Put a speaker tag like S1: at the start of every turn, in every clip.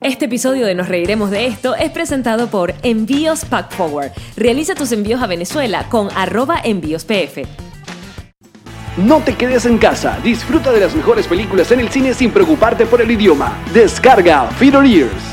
S1: Este episodio de Nos Reiremos de Esto es presentado por Envíos Pack Forward. Realiza tus envíos a Venezuela con arroba envíospf.
S2: No te quedes en casa, disfruta de las mejores películas en el cine sin preocuparte por el idioma. Descarga Feeder Ears.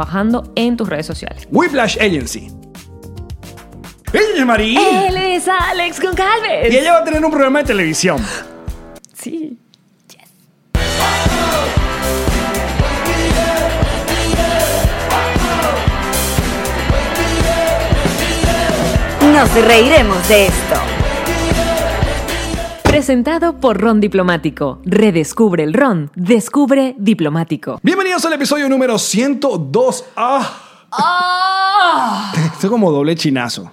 S1: en tus redes sociales.
S3: Whiplash Agency. Ella es Marí.
S1: Él es Alex Goncalves.
S3: Y ella va a tener un programa de televisión.
S1: Sí.
S4: Nos reiremos de esto.
S1: Presentado por Ron Diplomático. Redescubre el Ron. Descubre Diplomático.
S3: Bienvenidos al episodio número 102. Ah, esto es como doble chinazo.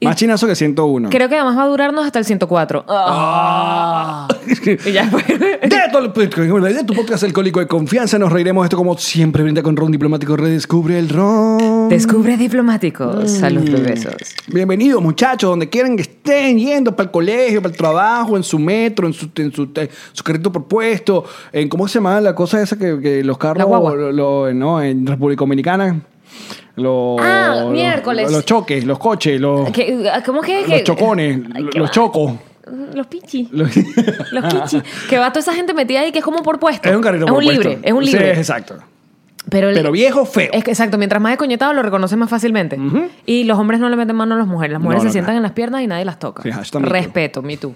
S3: Más chinazo que 101.
S1: Creo que además va a durarnos hasta el 104. Y ya fue.
S3: De todo el- de tu podcast alcohólico de confianza nos reiremos esto como siempre brinda con Ron Diplomático Redescubre el Ron.
S1: Descubre Diplomático. Salud y besos.
S3: Bienvenidos muchachos, donde quieran que estén yendo, para el colegio, para el trabajo, en su metro, en su, en su, en su carrito propuesto, en cómo se llama la cosa esa que, que los carros,
S1: La guagua.
S3: lo- lo- no, en República Dominicana, los,
S1: Ah,
S3: los-
S1: miércoles.
S3: los choques, los coches, los,
S1: ¿Qué- ¿Cómo que? que-
S3: Oh. los chocones,
S1: Ay, qué
S3: los
S1: va-
S3: chocos.
S1: Los pichis.
S3: los-
S1: Los pichis. que va toda esa gente metida ahí que es como por puesto.
S3: Es un carrito
S1: Es un
S3: propuesto.
S1: libre. Es un
S3: Sí,
S1: libre.
S3: exacto.
S1: pero, el-
S3: Pero viejo, feo.
S1: Es que, exacto, mientras más descoñetado lo reconoces más fácilmente. Y los hombres no le meten mano a las mujeres. Las mujeres
S3: No, no,
S1: se sientan
S3: no.
S1: en las piernas y nadie las toca.
S3: Sí, hashtag me too.
S1: Respeto, me too. O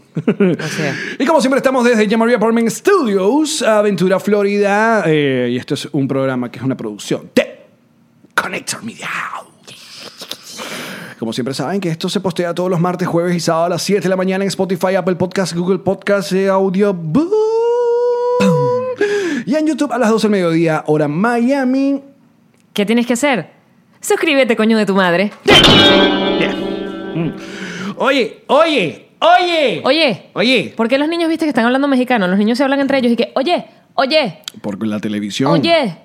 S1: sea.
S3: Y como siempre estamos desde Yamaria Apartment Studios, Aventura, Florida, eh, y esto es un programa que es una producción de Connector Media. Como siempre saben que esto se postea todos los martes, jueves y sábado a las 7 de la mañana en Spotify, Apple Podcasts, Google Podcasts, eh, Audio Boom. Y en YouTube a las 12 del mediodía, hora Miami.
S1: ¿Qué tienes que hacer? Suscríbete, coño de tu madre.
S3: Oye, oye, oye.
S1: Oye,
S3: Oye.
S1: ¿por qué los niños viste que están hablando mexicano? Los niños se hablan entre ellos y que, oye, oye,
S3: Por la televisión.
S1: oye.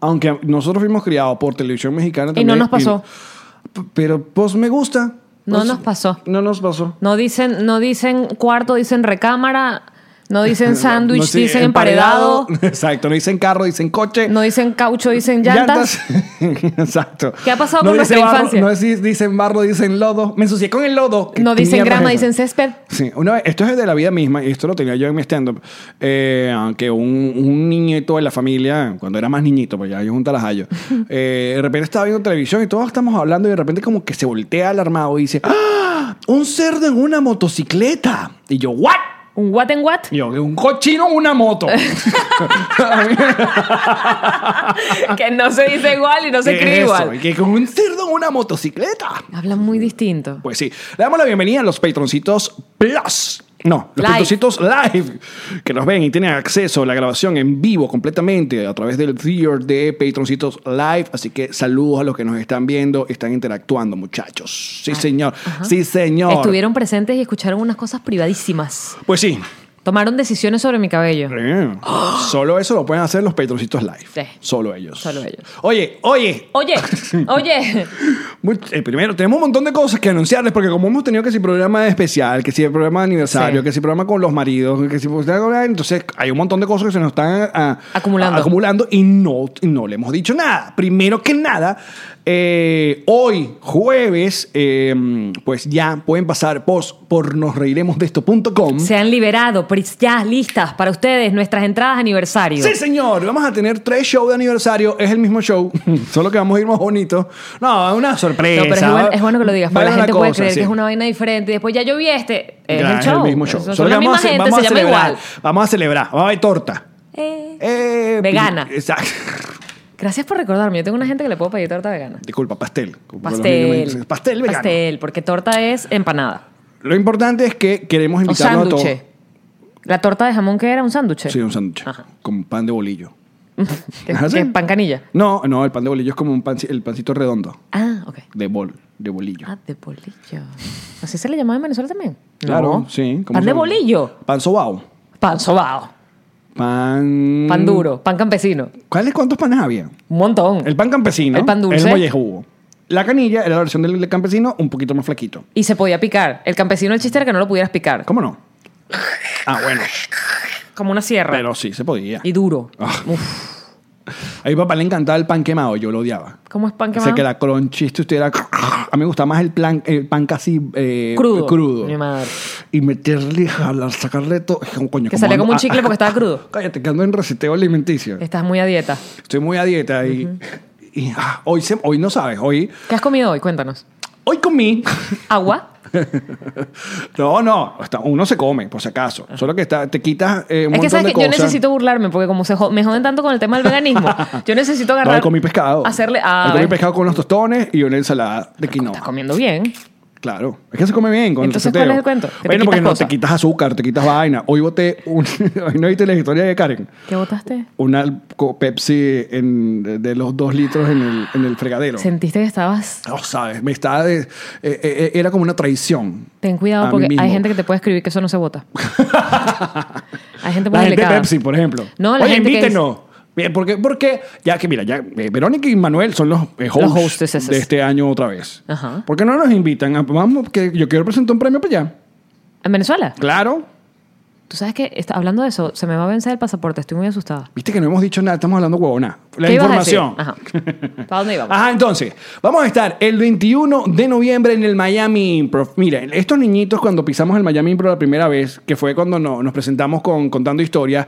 S3: Aunque nosotros fuimos criados por televisión mexicana
S1: Y
S3: también.
S1: no nos pasó.
S3: P- Pero pues me gusta.
S1: No
S3: Pues,
S1: nos pasó.
S3: No nos pasó.
S1: No dicen, no dicen cuarto, dicen recámara, no dicen sándwich,
S3: No, sí,
S1: dicen emparedado,
S3: Exacto, no dicen carro, dicen coche.
S1: no dicen caucho, dicen llantas.
S3: Exacto.
S1: ¿Qué ha pasado
S3: No
S1: con
S3: dice
S1: nuestra
S3: barro-
S1: infancia?
S3: No dice- dicen barro, dicen lodo. Me ensucié con el lodo.
S1: No
S3: ¿Qué
S1: dicen
S3: mierda
S1: grama,
S3: es eso?
S1: dicen césped.
S3: Sí, una vez, esto es de la vida misma, y esto lo tenía yo en mi stand-up, eh, que un, un niñito de la familia, cuando era más niñito, pues ya yo junto a las hallo, eh, de repente estaba viendo televisión y todos estamos hablando y de repente como que se voltea alarmado y dice, ¡Ah! ¡Un cerdo en una motocicleta! Y yo, ¿what?
S1: Un what en what.
S3: Y yo, un cochino en una moto.
S1: que no se dice igual y no se
S3: Ah. ¿Qué
S1: escribe
S3: es eso?
S1: igual.
S3: Que con un cerdo en una motocicleta.
S1: Hablan muy distinto.
S3: Pues sí, le damos la bienvenida a los patroncitos Plus. No, los
S1: Live.
S3: patroncitos live que nos ven y tienen acceso a la grabación en vivo completamente a través del tier de patroncitos live. Así que saludos a los que nos están viendo, están interactuando, muchachos. Sí, señor. Sí, señor.
S1: Ah, Estuvieron presentes y escucharon unas cosas privadísimas.
S3: Pues sí.
S1: Tomaron decisiones sobre mi cabello.
S3: Eh, Solo eso lo pueden hacer los patroncitos live.
S1: Sí.
S3: Solo ellos.
S1: Solo ellos.
S3: Oye, oye,
S1: Oye, oye.
S3: Muy- eh, primero, tenemos un montón de cosas que anunciarles, porque como hemos tenido que si programa especial, que si el programa de aniversario,
S1: Sí.
S3: que si programa con los maridos, que si pues, entonces hay un montón de cosas que se nos están ah,
S1: Acumulando.
S3: a- acumulando y no, y no le hemos dicho nada. Primero que nada, eh, hoy, jueves, eh, pues ya pueden pasar por, por nosreiremosdeesto.com.
S1: Se han liberado, pris- ya listas para ustedes nuestras entradas aniversario.
S3: Sí, señor. Vamos a tener tres shows de aniversario. Es el mismo show, solo que vamos a ir más bonito. No, es una sorpresa.
S1: No, pero es bueno, es bueno que lo digas, porque
S3: Vayan
S1: la
S3: a
S1: gente puede
S3: cosa,
S1: creer
S3: sí.
S1: que es una vaina diferente. Y después ya yo vi este. Es
S3: Ya,
S1: el show.
S3: mismo show.
S1: Son- Son
S3: Solo que
S1: la misma
S3: a ce-
S1: gente, se llama
S3: celebrar.
S1: igual.
S3: Vamos a celebrar. Vamos a ver torta.
S1: Eh,
S3: Eh,
S1: Vegana.
S3: Exacto.
S1: Gracias por recordarme. Yo tengo una gente que le puedo pedir torta vegana.
S3: Disculpa, pastel. Como los niños me dicen,
S1: Pastel.
S3: Pastel vegano.
S1: Pastel, porque torta es empanada.
S3: Lo importante es que queremos
S1: O
S3: invitarlos a todos.
S1: sándwich. La torta de jamón que era un sándwich.
S3: Sí, un sándwich. Con pan de bolillo.
S1: Que-
S3: ¿Ah, sí?
S1: que es pan canilla.
S3: No, no, el pan de bolillo es como un panci- el pancito redondo.
S1: Ah, ok.
S3: De bol, de bolillo.
S1: Ah, de bolillo. ¿Así se le llamaba en Venezuela también?
S3: claro,
S1: No.
S3: sí. ¿cómo
S1: Pan
S3: se
S1: de
S3: llama?
S1: bolillo.
S3: Pan sobao.
S1: Pan sobao.
S3: Pan.
S1: Pan duro. Pan campesino.
S3: ¿Cuáles cuántos panes había?
S1: Un montón.
S3: El pan campesino.
S1: El pan dulce.
S3: El mollejugo. La canilla era la versión del del campesino un poquito más flaquito.
S1: Y se podía picar. El campesino, el chiste era que no lo pudieras picar.
S3: ¿Cómo no? Ah, bueno.
S1: Como una sierra.
S3: Pero sí, se podía.
S1: Y duro.
S3: Ah.
S1: Uf,
S3: A mi papá le encantaba el pan quemado, yo lo odiaba.
S1: ¿Cómo es pan
S3: O
S1: quemado?
S3: sea, que la crunchy, si usted era... A mí me gustaba más el, plan, el pan casi eh,
S1: Crudo. Mi madre.
S3: Y meterle, jalar, sacarle todo. Es como, coño,
S1: Que salía
S3: ando-
S1: como un
S3: ah,
S1: chicle
S3: ah,
S1: porque estaba crudo.
S3: Cállate, que ando en reseteo alimenticio.
S1: Estás muy a dieta.
S3: Estoy muy a dieta y... y, ah, hoy, se- hoy no sabes, hoy...
S1: ¿Qué has comido hoy? Cuéntanos.
S3: Hoy comí...
S1: ¿Agua?
S3: no, no, hasta uno se come, por si acaso. Solo que está, te quitas eh, un
S1: Ah. es que
S3: montón
S1: sabes
S3: de
S1: que yo
S3: cosas.
S1: necesito burlarme porque como se jo- me joden tanto con el tema del veganismo, yo necesito
S3: No,
S1: agarrar...
S3: hoy comí pescado.
S1: Hacerle... Ah,
S3: Hoy comí
S1: ¿ves?
S3: pescado con los tostones y una ensalada de quinoa.
S1: Estás comiendo bien.
S3: Claro, es que se come bien con
S1: Entonces,
S3: el reseteo.
S1: ¿cuál es el cuento? Que te
S3: Bueno,
S1: quitas
S3: porque no
S1: cosas.
S3: te quitas azúcar, te quitas vaina. Hoy boté, un, hoy no viste la historia de Karen,
S1: ¿Qué votaste?
S3: una co- Pepsi en- de- de los dos litros en el, en el fregadero.
S1: Sentiste que estabas...
S3: No sabes, me estaba de- eh, eh, eh, era como una traición.
S1: Ten cuidado
S3: a mí
S1: porque
S3: mismo.
S1: hay gente que te puede escribir que eso no se vota. hay gente muy
S3: La gente de
S1: delicada.
S3: Pepsi, pues. por ejemplo.
S1: No, la
S3: Oye,
S1: gente que
S3: invítenos. Bien, Porque, porque ya que mira, ya eh, Verónica y Manuel son los eh, hosts
S1: Los hostesses.
S3: de este año otra vez.
S1: Ajá.
S3: ¿Por qué no nos invitan? Ah, Vamos, que yo quiero presentar un premio para allá.
S1: ¿En Venezuela?
S3: Claro,
S1: Tú sabes que, está- hablando de eso, se me va a vencer el pasaporte. Estoy muy asustada.
S3: Viste que no hemos dicho nada, estamos hablando huevona. La
S1: ¿Qué ibas a decir?
S3: información.
S1: Ajá. Ah, ¿Para dónde íbamos?
S3: Ajá, entonces, vamos a estar el 21 de noviembre en el Miami Improv. Mira, estos niñitos cuando pisamos el Miami Improv la primera vez, que fue cuando no- nos presentamos con Contando Historias,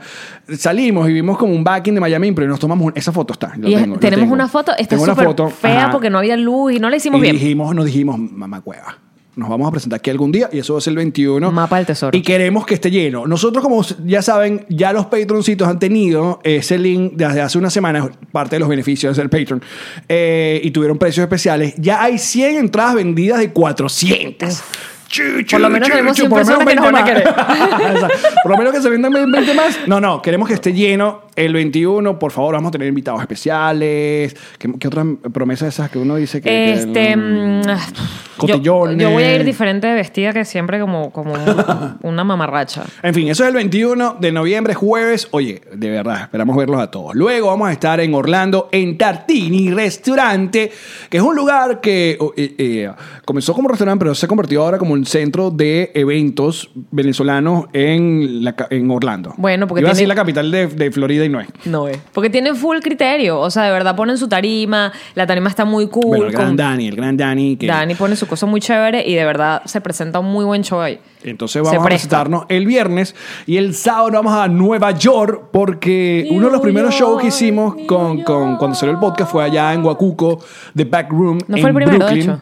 S3: salimos y vimos como un backing de Miami Improv y nos tomamos un- esa foto. Está, la
S1: Y es-
S3: tengo, la
S1: tenemos
S3: tengo.
S1: una foto, está
S3: Tengo una
S1: súper
S3: foto,
S1: fea
S3: ajá.
S1: porque no había luz y no la hicimos
S3: y
S1: bien.
S3: dijimos, nos dijimos, mamá cueva. Nos vamos a presentar aquí algún día y eso va a ser el 21.
S1: Mapa del tesoro.
S3: Y queremos que esté lleno. Nosotros, como ya saben, ya los patroncitos han tenido ese link desde hace unas semanas, parte de los beneficios del Patreon, eh, y tuvieron precios especiales. Ya hay 100 entradas vendidas de 400. Chu, chu,
S1: Por lo menos tenemos 100
S3: por lo menos
S1: personas que nos van a
S3: 20 más. Exacto. por lo menos que se vendan 20 más. No, no, queremos que esté lleno el 21. Por favor, vamos a tener invitados especiales. ¿Qué, qué otra promesa de esas que uno dice que... que-
S1: Este. mm, yo,
S3: Cotillones.
S1: yo voy a ir diferente de vestida que siempre, como, como un- una mamarracha.
S3: En fin, eso es el 21 de noviembre, jueves. Oye, de verdad, esperamos verlos a todos. Luego vamos a estar en Orlando, en Tartini Restaurante, que es un lugar que oh, eh, eh, comenzó como restaurante, pero se ha convertido ahora como un centro de eventos venezolanos en, la ca- en Orlando.
S1: Bueno, porque
S3: Iba a
S1: tiene-
S3: decir la capital de, de Florida y no eh. es.
S1: No es. Porque tienen full criterio. O sea, de verdad ponen su tarima. La tarima está muy cool.
S3: Bueno, el gran
S1: con-
S3: Dani, el gran Dani. Que,
S1: Dani pone su cosa muy chévere y de verdad se presenta un muy buen show ahí.
S3: Entonces
S1: Se
S3: vamos a
S1: presta.
S3: presentarnos el viernes y el sábado vamos a Nueva York porque uno de los primeros
S1: York,
S3: shows que hicimos
S1: New
S3: con, con-
S1: York.
S3: cuando salió el podcast fue allá en Huacuco, The Back Room.
S1: No
S3: en
S1: fue el primero, de
S3: Brooklyn.
S1: hecho.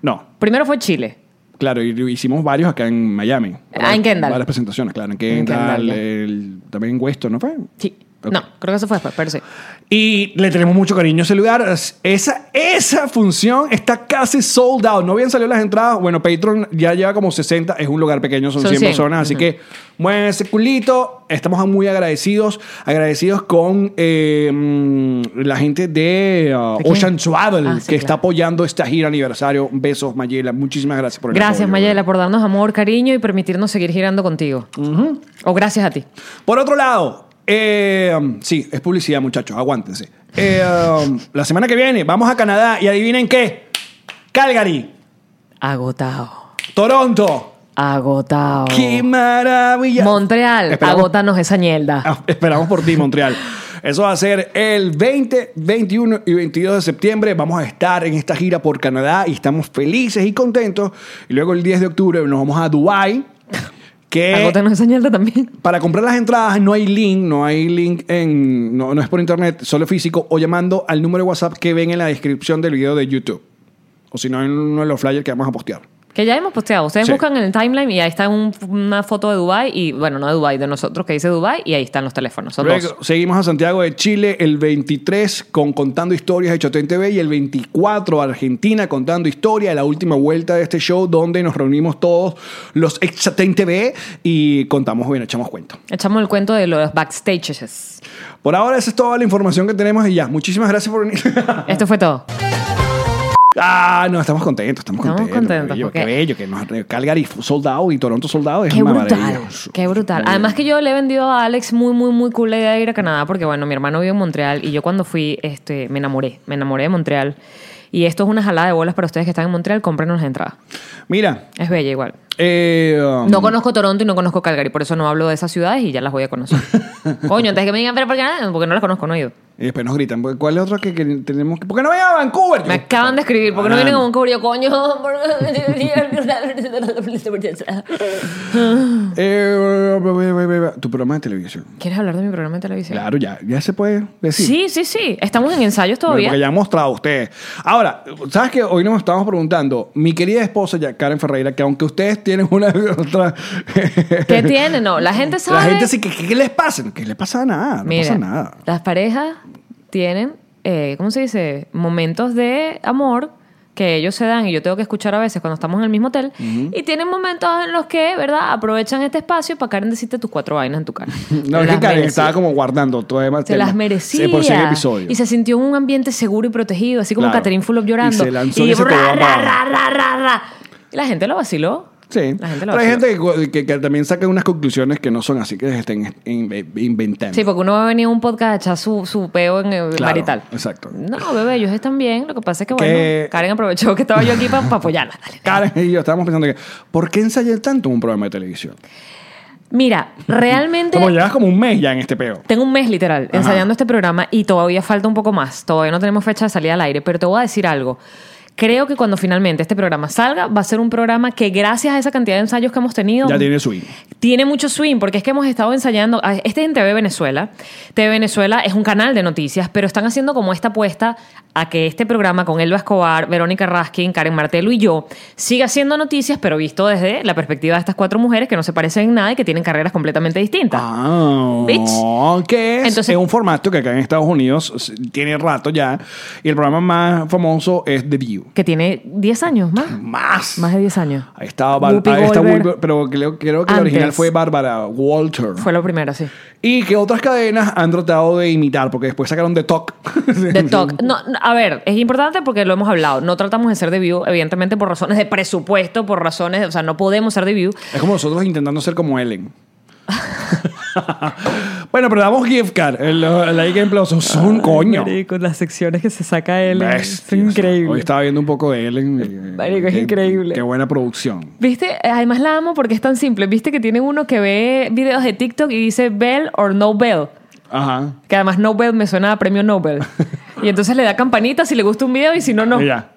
S3: No,
S1: Primero fue Chile.
S3: claro, y y hicimos varios acá en Miami.
S1: Ah, en Kendall.
S3: Varias presentaciones, claro, en
S1: En Kendall,
S3: Kendall,
S1: ya.
S3: el- también en Weston, ¿no fue?
S1: Sí.
S3: Ok.
S1: No, creo que eso fue después, pero sí.
S3: Y le tenemos mucho cariño a ese lugar. Esa, esa función está casi sold out. No bien salió las entradas. Bueno, Patreon ya lleva como 60. Es un lugar pequeño, son,
S1: Son
S3: 100,
S1: 100.
S3: personas. Así
S1: Ujú.
S3: que mueven ese culito. Estamos muy agradecidos. Agradecidos con eh, mm, la gente de uh,
S1: ¿De quién?
S3: Ocean Travel
S1: Ah, sí,
S3: que
S1: claro.
S3: está apoyando esta gira aniversario. Besos, Mayela. Muchísimas gracias por el
S1: Gracias,
S3: apoyo.
S1: Mayela, por darnos amor, cariño y permitirnos seguir girando contigo. O gracias a ti.
S3: Por otro lado, eh, sí, es publicidad, muchachos, aguántense. Eh, um, la semana que viene vamos a Canadá y adivinen qué. Calgary,
S1: Agotado.
S3: Toronto.
S1: Agotado.
S3: ¡Qué maravilla!
S1: Montreal,
S3: Esperamos-
S1: agótanos esa ñelda.
S3: Ah, Esperamos por ti, Montreal. Eso va a ser el 20, 21 y 22 de septiembre. Vamos a estar en esta gira por Canadá y estamos felices y contentos. Y luego el 10 de octubre nos vamos a Dubái. Que
S1: Agótanos esa ñelda también.
S3: Para comprar las entradas no hay link, no hay link en, no, no es por internet, solo físico o llamando al número de WhatsApp que ven en la descripción del video de YouTube. O si no, en uno de los flyers que vamos a postear.
S1: Que ya hemos posteado. Ustedes
S3: Sí.
S1: buscan en el timeline y ahí está un- una foto de Dubai y, bueno, no de Dubai, de nosotros que dice Dubai y ahí están los teléfonos. Son
S3: Luego,
S1: dos.
S3: seguimos a Santiago de Chile el 23 con Contando Historias de Chotén TV y el 24 Argentina Contando Historia, la última vuelta de este show donde nos reunimos todos los ex Chotén TV y contamos, bien, echamos cuento.
S1: Echamos el cuento de los backstages.
S3: Por ahora esa es toda la información que tenemos y ya. Muchísimas gracias por venir.
S1: Esto fue todo.
S3: ah, no, estamos contentos, estamos,
S1: Estamos contentos,
S3: Qué bello,
S1: porque-
S3: qué bello que nos, Calgary soldado y Toronto soldado es
S1: Qué brutal.
S3: maravilloso.
S1: Qué brutal. Además que yo le he vendido a Alex muy, muy, muy cool la idea de ir a Canadá porque, bueno, mi hermano vive en Montreal y yo cuando fui, este, me enamoré. Me enamoré de Montreal. Y esto es una jalada de bolas para ustedes que están en Montreal, cómprenos las entradas.
S3: Mira,
S1: Es bella igual.
S3: eh, um,
S1: No conozco Toronto y no conozco Calgary, por eso no hablo de esas ciudades y ya las voy a conocer. Coño, antes que me digan, pero ¿por qué no? Porque no las conozco, no he ido.
S3: y después nos gritan, "Pues, ¿cuál es otro que, que tenemos? que- ¿Por qué no vayan a Vancouver?
S1: Me
S3: Yo-
S1: acaban de escribir, porque no vienen
S3: Ah,
S1: con un cubrillo, coño.
S3: Eh, tu programa de televisión.
S1: ¿Quieres hablar de mi programa de televisión?
S3: Claro, ya, ya se puede decir.
S1: Sí, sí, sí. Estamos en ensayos
S3: Bueno,
S1: todavía.
S3: porque ya han mostrado ustedes. Ahora, ¿sabes qué? Hoy nos estábamos preguntando, mi querida esposa, ya Karen Ferreira, que aunque ustedes tienen una otra.
S1: ¿Qué tiene? No, la gente sabe.
S3: La gente sí que, ¿qué les pasa? ¿Qué les pasa nada? No
S1: Mira,
S3: pasa nada.
S1: las parejas tienen, eh, ¿cómo se dice? Momentos de amor que ellos se dan y yo tengo que escuchar a veces cuando estamos en el mismo hotel. Y tienen momentos en los que, ¿verdad? Aprovechan este espacio para Karen decirte tus cuatro vainas en tu cara.
S3: No,
S1: Te
S3: es que
S1: las
S3: Karen
S1: merecía.
S3: estaba como guardando todo el
S1: Se las merecía.
S3: Por 100 episodios.
S1: Y se sintió en un ambiente seguro y protegido, así como
S3: Claro.
S1: Catherine Fulop llorando.
S3: Y se lanzó y se
S1: ra,
S3: pegó a
S1: ra,
S3: Pablo.
S1: ra, ra, ra, ra. Y la gente lo vaciló.
S3: Sí.
S1: La gente lo
S3: Pero hay
S1: vaciló.
S3: gente que, que- que también saca unas conclusiones que no son así, que estén in- inventando.
S1: Sí, porque uno va a venir a un podcast a echar su, su peo en el
S3: Claro,
S1: marital.
S3: exacto.
S1: No, bebé, ellos están bien. Lo que pasa es que,
S3: Que-
S1: bueno, Karen aprovechó que estaba yo aquí para apoyarla. Dale.
S3: Karen y yo estábamos pensando que, ¿por qué ensayé tanto en un programa de televisión?
S1: Mira, realmente
S3: Como llevas como un mes ya en este peo.
S1: tengo un mes literal
S3: Ajá.
S1: ensayando este programa y todavía falta un poco más. Todavía no tenemos fecha de salida al aire, pero te voy a decir algo. Creo que cuando finalmente este programa salga, va a ser un programa que gracias a esa cantidad de ensayos que hemos tenido,
S3: Ya tiene swing.
S1: tiene mucho swing, porque es que hemos estado ensayando. ah, Este es en TV Venezuela. TV Venezuela es un canal de noticias, pero están haciendo como esta apuesta a que este programa con Elba Escobar, Verónica Raskin, Karen Martelo y yo siga haciendo noticias, pero visto desde la perspectiva de estas cuatro mujeres que no se parecen en nada y que tienen carreras completamente distintas.
S3: Ah,
S1: Bitch.
S3: que es,
S1: Entonces-
S3: es un formato que acá en Estados Unidos s- tiene rato ya. Y el programa más famoso es The View.
S1: Que tiene 10 años más.
S3: Más.
S1: Más de 10 años.
S3: Ahí estaba Bar-
S1: Whoopi
S3: ahí está
S1: Goldberg.
S3: Wilbur- pero creo, creo que el
S1: Antes.
S3: original fue Bárbara Walter.
S1: Fue lo primero, sí.
S3: Y que otras cadenas han tratado de imitar, porque después sacaron The Talk.
S1: De talk. No, no, a ver, es importante porque lo hemos hablado. No tratamos de ser de view, evidentemente, por razones de presupuesto, por razones de. O sea, no podemos ser de view.
S3: Es como nosotros intentando ser como Ellen. bueno, pero damos gift card. El, el Ike en Plaza son coño.
S1: Con las secciones que se saca él. Es
S3: Bestias. Hoy
S1: increíble.
S3: estaba viendo un poco de Ellen. eh,
S1: Marico, es
S3: qué-
S1: increíble.
S3: Qué buena producción.
S1: Viste, además la amo porque es tan simple. Viste que tiene uno que ve videos de TikTok y dice Bell or no Bell.
S3: Ajá.
S1: Que además Nobel me suena a premio Nobel. Y entonces le da campanita si le gusta un video y si no, no.
S3: Mira.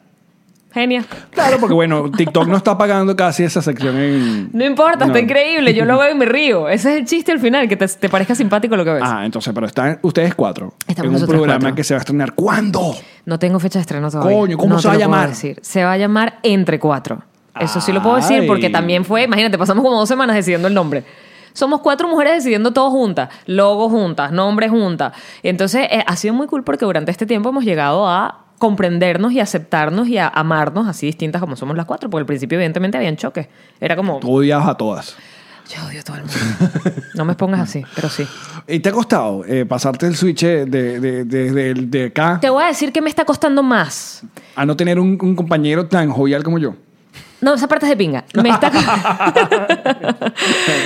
S1: Genia.
S3: Claro, porque bueno, TikTok no está pagando casi esa sección en.
S1: No importa,
S3: No.
S1: está increíble. Yo lo veo y me río. Ese es el chiste al final, que te, te parezca simpático lo que ves.
S3: Ah, entonces, pero están ustedes cuatro.
S1: Estamos
S3: en un
S1: nosotros
S3: programa
S1: cuatro.
S3: que se va a estrenar. ¿Cuándo?
S1: No tengo fecha de estreno todavía.
S3: Coño, ¿cómo
S1: No
S3: se
S1: te
S3: va a
S1: lo puedo
S3: llamar?
S1: decir. Se va a llamar Entre Cuatro. Eso sí lo puedo decir porque
S3: Ay.
S1: también fue, imagínate, pasamos como dos semanas decidiendo el nombre. Somos cuatro mujeres decidiendo todo juntas, logos juntas, nombres juntas. Entonces eh, ha sido muy cool porque durante este tiempo hemos llegado a comprendernos y aceptarnos y a amarnos así distintas como somos las cuatro, porque al principio evidentemente habían choques. Era como,
S3: Tú odiabas a todas.
S1: yo odio a todo el mundo. No me pongas así, pero sí.
S3: ¿Y te ha costado eh, pasarte el switch eh, de, de, de- de- de acá
S1: Te voy a decir que me está costando más.
S3: a no tener un, un compañero tan jovial como yo?
S1: No, esa parte es de pinga. Me está...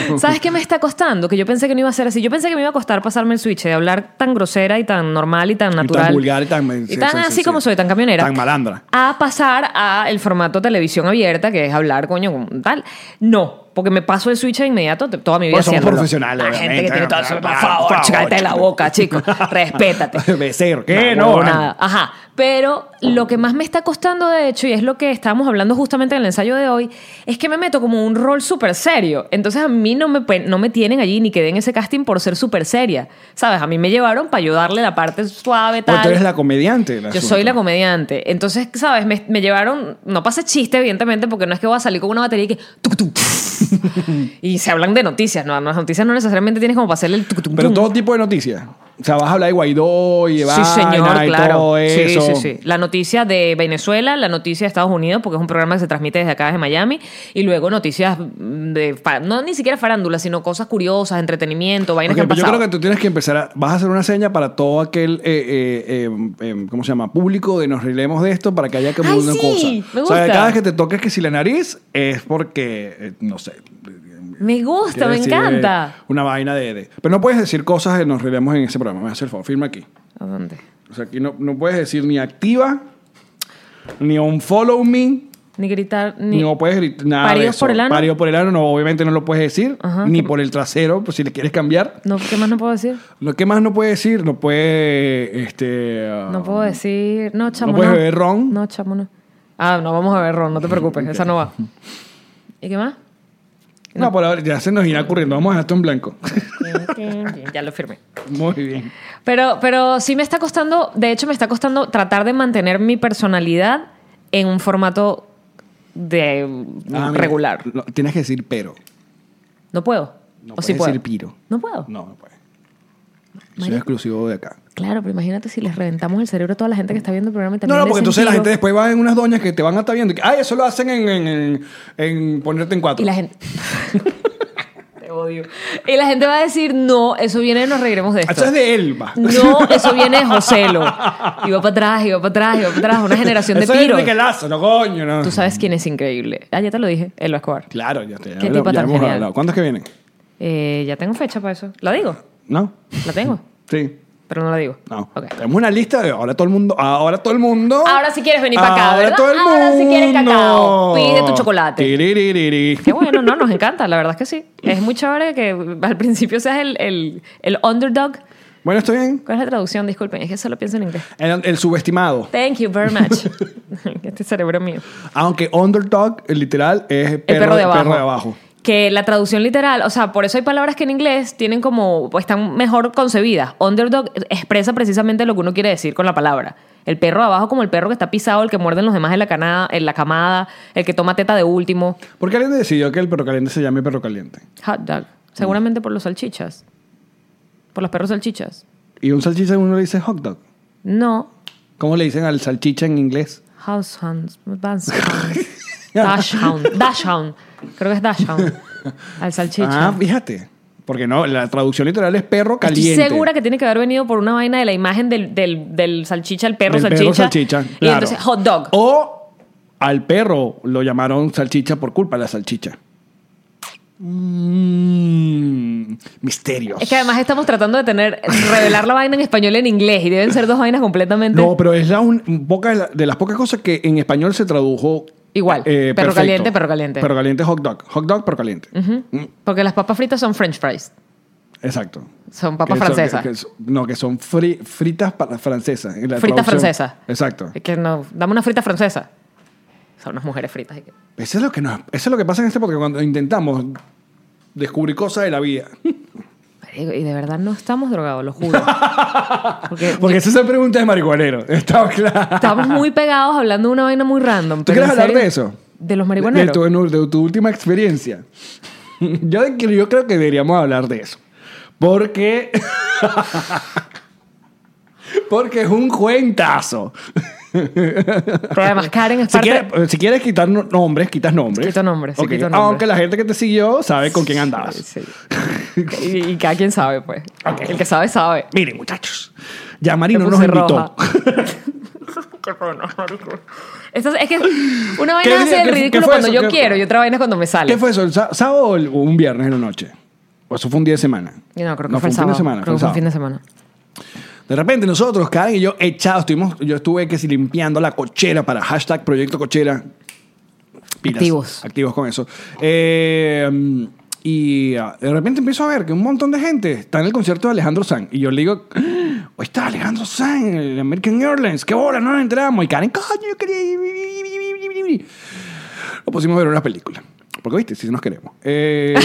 S1: co- ¿Sabes qué me está costando? Que yo pensé que no iba a ser así. Yo pensé que me iba a costar pasarme el switch de hablar tan grosera y tan normal y tan natural.
S3: vulgar y tan-
S1: Y
S3: sí,
S1: tan
S3: sí, sí,
S1: así
S3: sí.
S1: como soy, tan camionera.
S3: Tan malandra.
S1: A pasar a el formato televisión abierta, que es hablar, coño, como tal. No. porque me paso el switch de inmediato te- toda mi vida
S3: Pues somos
S1: haciéndolo. La
S3: profesionales,
S1: gente que
S3: obviamente.
S1: tiene todo eso, por
S3: Por
S1: favor,
S3: favor,
S1: cállate la
S3: chico.
S1: boca, chico. Respétate.
S3: Becer, ¿qué?
S1: Una
S3: No,
S1: huevonada. Ajá. Pero lo que más me está costando, de hecho, y es lo que estábamos hablando justamente en el ensayo de hoy, es que me meto como un rol súper serio. Entonces a mí no me, pe- no me tienen allí ni quedé en ese casting por ser súper seria. ¿Sabes? A mí me llevaron para ayudarle la parte suave, tal.
S3: Porque tú eres la comediante. del
S1: Yo soy la
S3: asunto.
S1: comediante. Entonces, ¿sabes? Me, me llevaron. No pasa chiste, evidentemente, porque no es que voy a salir con una batería y que. tuc, tuc, y se hablan de noticias, ¿no? Las noticias no necesariamente tienes como para hacerle el. tuc, tuc,
S3: Pero
S1: tum.
S3: todo tipo de noticias. O sea, vas a hablar de Guaidó y de
S1: Sí,
S3: vaina
S1: señor,
S3: y
S1: claro.
S3: todo eso.
S1: Sí, sí, sí. La noticia de Venezuela, la noticia de Estados Unidos, porque es un programa que se transmite desde acá, desde Miami, y luego noticias de. fa- No ni siquiera farándula, sino cosas curiosas, entretenimiento, vainas
S3: Ok,
S1: que han
S3: pero yo
S1: pasado.
S3: creo que tú tienes que empezar a, vas a hacer una seña para todo aquel eh, eh, eh, eh, ¿cómo se llama? público de nos rilemos de esto para que haya como
S1: Ay,
S3: una
S1: sí,
S3: cosa.
S1: me
S3: O sea,
S1: gusta.
S3: cada vez que te toques que si la nariz es porque eh, no sé.
S1: Me gusta,
S3: quiero
S1: me
S3: decir,
S1: encanta.
S3: eh, Una vaina de, de- Pero no puedes decir cosas de nos rilemos en ese programa. Me hace el favor, firma aquí.
S1: ¿A dónde?
S3: O sea, aquí no, no puedes decir ni activa, ni un follow me,
S1: Ni gritar, ni.
S3: ni no puedes gritar nada. de
S1: ¿Paridos por
S3: eso.
S1: el ano?
S3: Parido por el ano, no, obviamente no lo puedes decir,
S1: Ajá.
S3: ni por el trasero, pues, si le quieres cambiar.
S1: No, ¿Qué más no puedo decir?
S3: Lo que más no puede decir, no puede, este... ah,
S1: No puedo decir. No, chamo.
S3: ¿No puedes beber ron?
S1: No, chamo, no. Ah, no, vamos a beber ron, no te preocupes, esa no va. ¿Y qué más?
S3: No, por ahora ya se nos irá ocurriendo. Vamos a dejar esto en blanco.
S1: ya lo firmé.
S3: Muy bien.
S1: Pero, pero sí me está costando, de hecho, me está costando tratar de mantener mi personalidad en un formato de
S3: Ah, mira,
S1: regular.
S3: lo- tienes que decir pero.
S1: No puedo.
S3: No
S1: ¿O sí
S3: puedes
S1: puedo?
S3: decir piro.
S1: No puedo.
S3: No, no puede. Soy
S1: Marico.
S3: exclusivo de acá.
S1: Claro, pero imagínate si les reventamos el cerebro a toda la gente que está viendo el programa y
S3: No,
S1: también
S3: no,
S1: le
S3: porque entonces la
S1: dicen
S3: gente
S1: piro.
S3: después va en unas doñas que te van a estar viendo. y que, Ay, eso lo hacen en, en- en- en ponerte en cuatro.
S1: Y la gente. Te odio. Y la gente va a decir, no, eso viene de nos reiremos de esto.
S3: Ah, Eso es de Elba.
S1: No, eso viene de Joselo. Y va para atrás, y va para atrás, y va para atrás. Una generación de
S3: Eso
S1: piros.
S3: Es Enrique Lazo, no coño, no.
S1: Tú sabes quién es increíble. Ah, ya te lo dije, Elba Escobar.
S3: Claro, ya te ya
S1: Qué
S3: habla-
S1: tipo
S3: ya
S1: tan
S3: hemos
S1: genial.
S3: hablado. ¿Cuándo es que vienen?
S1: Eh, ya tengo fecha para eso. ¿La digo?
S3: ¿No?
S1: La tengo,
S3: Sí.
S1: pero no la digo.
S3: No.
S1: Ok.
S3: Tenemos una lista de ahora todo el mundo. Ahora todo el mundo.
S1: Ahora sí quieres venir para acá,
S3: Ahora
S1: ¿verdad?
S3: todo el mundo.
S1: Ahora sí quieres cacao. Pide tu chocolate.
S3: Tiririri.
S1: Qué bueno, no, nos encanta, la verdad es que sí. Es muy chévere que al principio seas el, el, el underdog.
S3: Bueno, estoy bien.
S1: ¿Cuál es la traducción? Disculpen, es que solo pienso en inglés.
S3: El, el subestimado.
S1: Thank you very much. este cerebro mío.
S3: Aunque underdog, el literal, es perro,
S1: el perro de abajo.
S3: perro de abajo.
S1: Que la traducción literal, o sea, por eso hay palabras que en inglés tienen como, o están mejor concebidas. Underdog expresa precisamente lo que uno quiere decir con la palabra. El perro de abajo como el perro que está pisado, el que muerden los demás en la, canada, en la camada, el que toma teta de último.
S3: ¿Por qué alguien decidió que el perro caliente se llame perro caliente?
S1: Hot dog. Seguramente por los salchichas. Por los perros salchichas.
S3: Y un salchicha uno le dice hot dog.
S1: No.
S3: ¿Cómo le dicen al salchicha en inglés?
S1: House hounds. Vans hounds. Dash hound. Dash hound. Creo que es dash hound. Al salchicha.
S3: Ah, fíjate. Porque no, la traducción literal es perro caliente.
S1: Estoy segura que tiene que haber venido por una vaina de la imagen del, del, del salchicha, el perro
S3: Del
S1: salchicha.
S3: perro salchicha,
S1: Y
S3: claro.
S1: entonces hot dog.
S3: O al perro lo llamaron salchicha por culpa de la salchicha. Mm, misterios.
S1: Es que además estamos tratando de tener, revelar la vaina en español y en inglés y deben ser dos vainas completamente.
S3: No, pero es la un- poca de, la- de las pocas cosas que en español se tradujo. eh,
S1: Igual. Perro
S3: perfecto.
S1: caliente, perro caliente.
S3: Perro caliente, hot dog. Hot dog, perro caliente.
S1: Porque las papas fritas son french fries.
S3: Exacto.
S1: Son papas
S3: Que son-
S1: francesas.
S3: que- que son- no, que son fri- fritas para- francesas. en la
S1: Fritas
S3: traducción.
S1: francesas.
S3: Exacto.
S1: Es que no, dame una frita francesa. Son unas mujeres fritas.
S3: Eso es lo que, nos- eso es lo que pasa en este porque cuando intentamos descubrir cosas de la vida.
S1: Marico, Y de verdad no estamos drogados, lo juro. Porque,
S3: Porque esa es la pregunta de marihuanero. Está claro.
S1: estamos muy pegados hablando de una vaina muy random.
S3: ¿Tú
S1: pero
S3: quieres
S1: en
S3: hablar
S1: serio,
S3: de eso?
S1: De los
S3: De
S1: marihuaneros.
S3: tu, de tu última experiencia. Yo, de- yo creo que deberíamos hablar de eso. Porque. Porque es un cuentazo.
S1: Pero además Karen es
S3: Si
S1: parte...
S3: quieres, eh, si quieres quitar no- nombres, quitas nombres.
S1: Quito nombres, sí,
S3: Ok.
S1: quito nombres.
S3: Aunque la gente que te siguió sabe con quién andabas.
S1: Sí. Y, y cada quien sabe, pues. El que sabe, sabe.
S3: Miren, muchachos. Ya Marino
S1: Me
S3: nos
S1: puse
S3: invitó.
S1: roja. Esto es, es que una
S3: ¿Qué
S1: vaina hace
S3: día-
S1: el
S3: qué- qué
S1: ridículo
S3: fue
S1: cuando
S3: eso?
S1: yo
S3: ¿Qué-
S1: quiero y otra vaina es cuando me sale.
S3: ¿Qué fue eso? ¿El sá- sábado o el- o un viernes en la noche? O eso fue un día de semana.
S1: No, creo que fue
S3: un
S1: el
S3: fin
S1: sábado.
S3: de semana. fue
S1: creo que
S3: un
S1: fue un
S3: sábado.
S1: fin de semana.
S3: De repente nosotros, Karen y yo, echados, estuvimos, yo estuve que si limpiando la cochera para hashtag Proyecto Cochera. pilas,
S1: Activos.
S3: Activos con eso. Eh, y ah, de repente empiezo a ver que un montón de gente está en el concierto de Alejandro Sanz. Y yo le digo, ¡Ah! hoy está Alejandro Sanz, el American Airlines, qué bola, no nos enteramos. Y Karen, coño, yo quería ir. Lo pusimos a ver una película. Porque, viste, si nos queremos. Eh,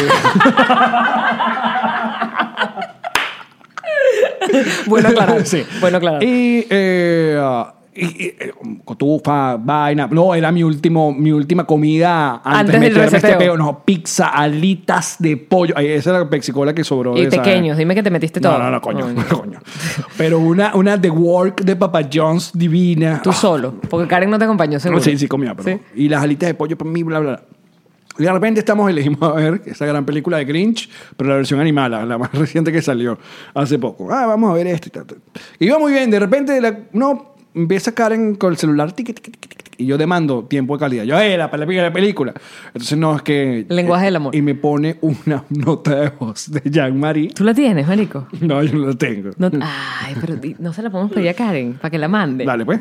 S1: Bueno, claro.
S3: Sí.
S1: Bueno, claro.
S3: Y, eh, ah, y- y, eh, cotufa, vaina. No, era mi, último, mi última comida antes,
S1: Antes
S3: de
S1: del
S3: meterme este
S1: reseteo.
S3: peo. No, pizza, alitas de pollo. Ay, esa era la pexicola que sobró.
S1: Y
S3: de esa-
S1: pequeños, dime que te metiste todo.
S3: No, no, no, coño,
S1: Ay,
S3: coño. Pero una, una The Work de Papa John's divina.
S1: Tú
S3: Ah,
S1: solo, porque Karen no te acompañó, seguro.
S3: Sí, sí, comía, pero.
S1: Sí.
S3: Y las alitas de pollo para mí, bla, bla. bla. Y de repente estamos elegimos a ver esa gran película de Grinch, pero la versión animada, la más reciente que salió hace poco. Ah, vamos a ver esto y tal. tal. Y iba muy bien, de repente la- no empieza Karen con el celular tiqui, tiqui, tiqui, tiqui, y yo demando tiempo de calidad. Yo, eh, la película, la película. Entonces no es que eh,
S1: Lenguaje del amor.
S3: Y me pone una nota de voz de Jean Marie.
S1: Tú la tienes, marico.
S3: No, yo no la tengo.
S1: No- ay, pero di- no se la podemos pedir a Karen para que la mande.
S3: Dale, pues.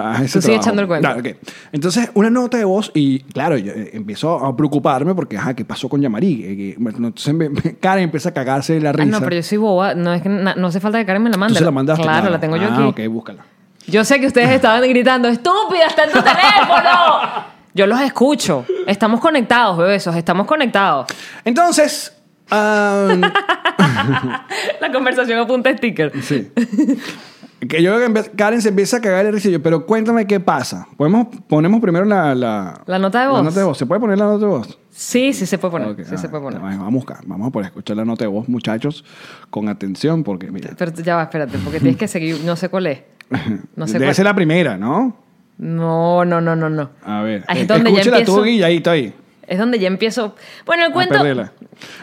S3: Ah, ese
S1: Tú sigue
S3: trabajo.
S1: echando el cuento.
S3: Dale, ok. Entonces, una nota de voz y, claro, yo, eh, empiezo a preocuparme porque, ajá, ¿qué pasó con Yamari? Eh, que- bueno, Entonces, me- me- Karen empieza a cagarse de la
S1: Ah,
S3: risa.
S1: no, pero yo soy boba. No, es que na- no hace falta que Karen me la
S3: Tú
S1: mande.
S3: se la mandaste.
S1: Claro, la tengo yo
S3: Ah,
S1: aquí.
S3: ok, búscala.
S1: Yo sé que ustedes estaban gritando, ¡estúpida, está en tu teléfono! Yo los escucho. Estamos conectados, bebesos, estamos conectados.
S3: Entonces, ah,
S1: La conversación apunta a sticker.
S3: sí. Que yo veo que empie- Karen se empieza a cagar de risa y yo, pero cuéntame qué pasa. Podemos, ponemos primero la, la,
S1: La nota de voz.
S3: La nota de voz. ¿Se puede poner la nota de voz?
S1: Sí, sí se puede poner.
S3: Ok,
S1: sí
S3: ah,
S1: se puede poner.
S3: bueno, Vamos a buscar, vamos a poder escuchar la nota de voz, muchachos, con atención, porque mira.
S1: Pero ya va, espérate, porque tienes que seguir. No sé cuál es. No sé
S3: Debe
S1: cuál.
S3: ser la primera, ¿no?
S1: No, no, no, no, no.
S3: A ver.
S1: Ahí
S3: eh,
S1: es donde ya
S3: escúchala tú,
S1: empiezo.
S3: Guilladito, ahí.
S1: Es donde ya empiezo. Bueno, el
S3: a
S1: cuento.
S3: perderla.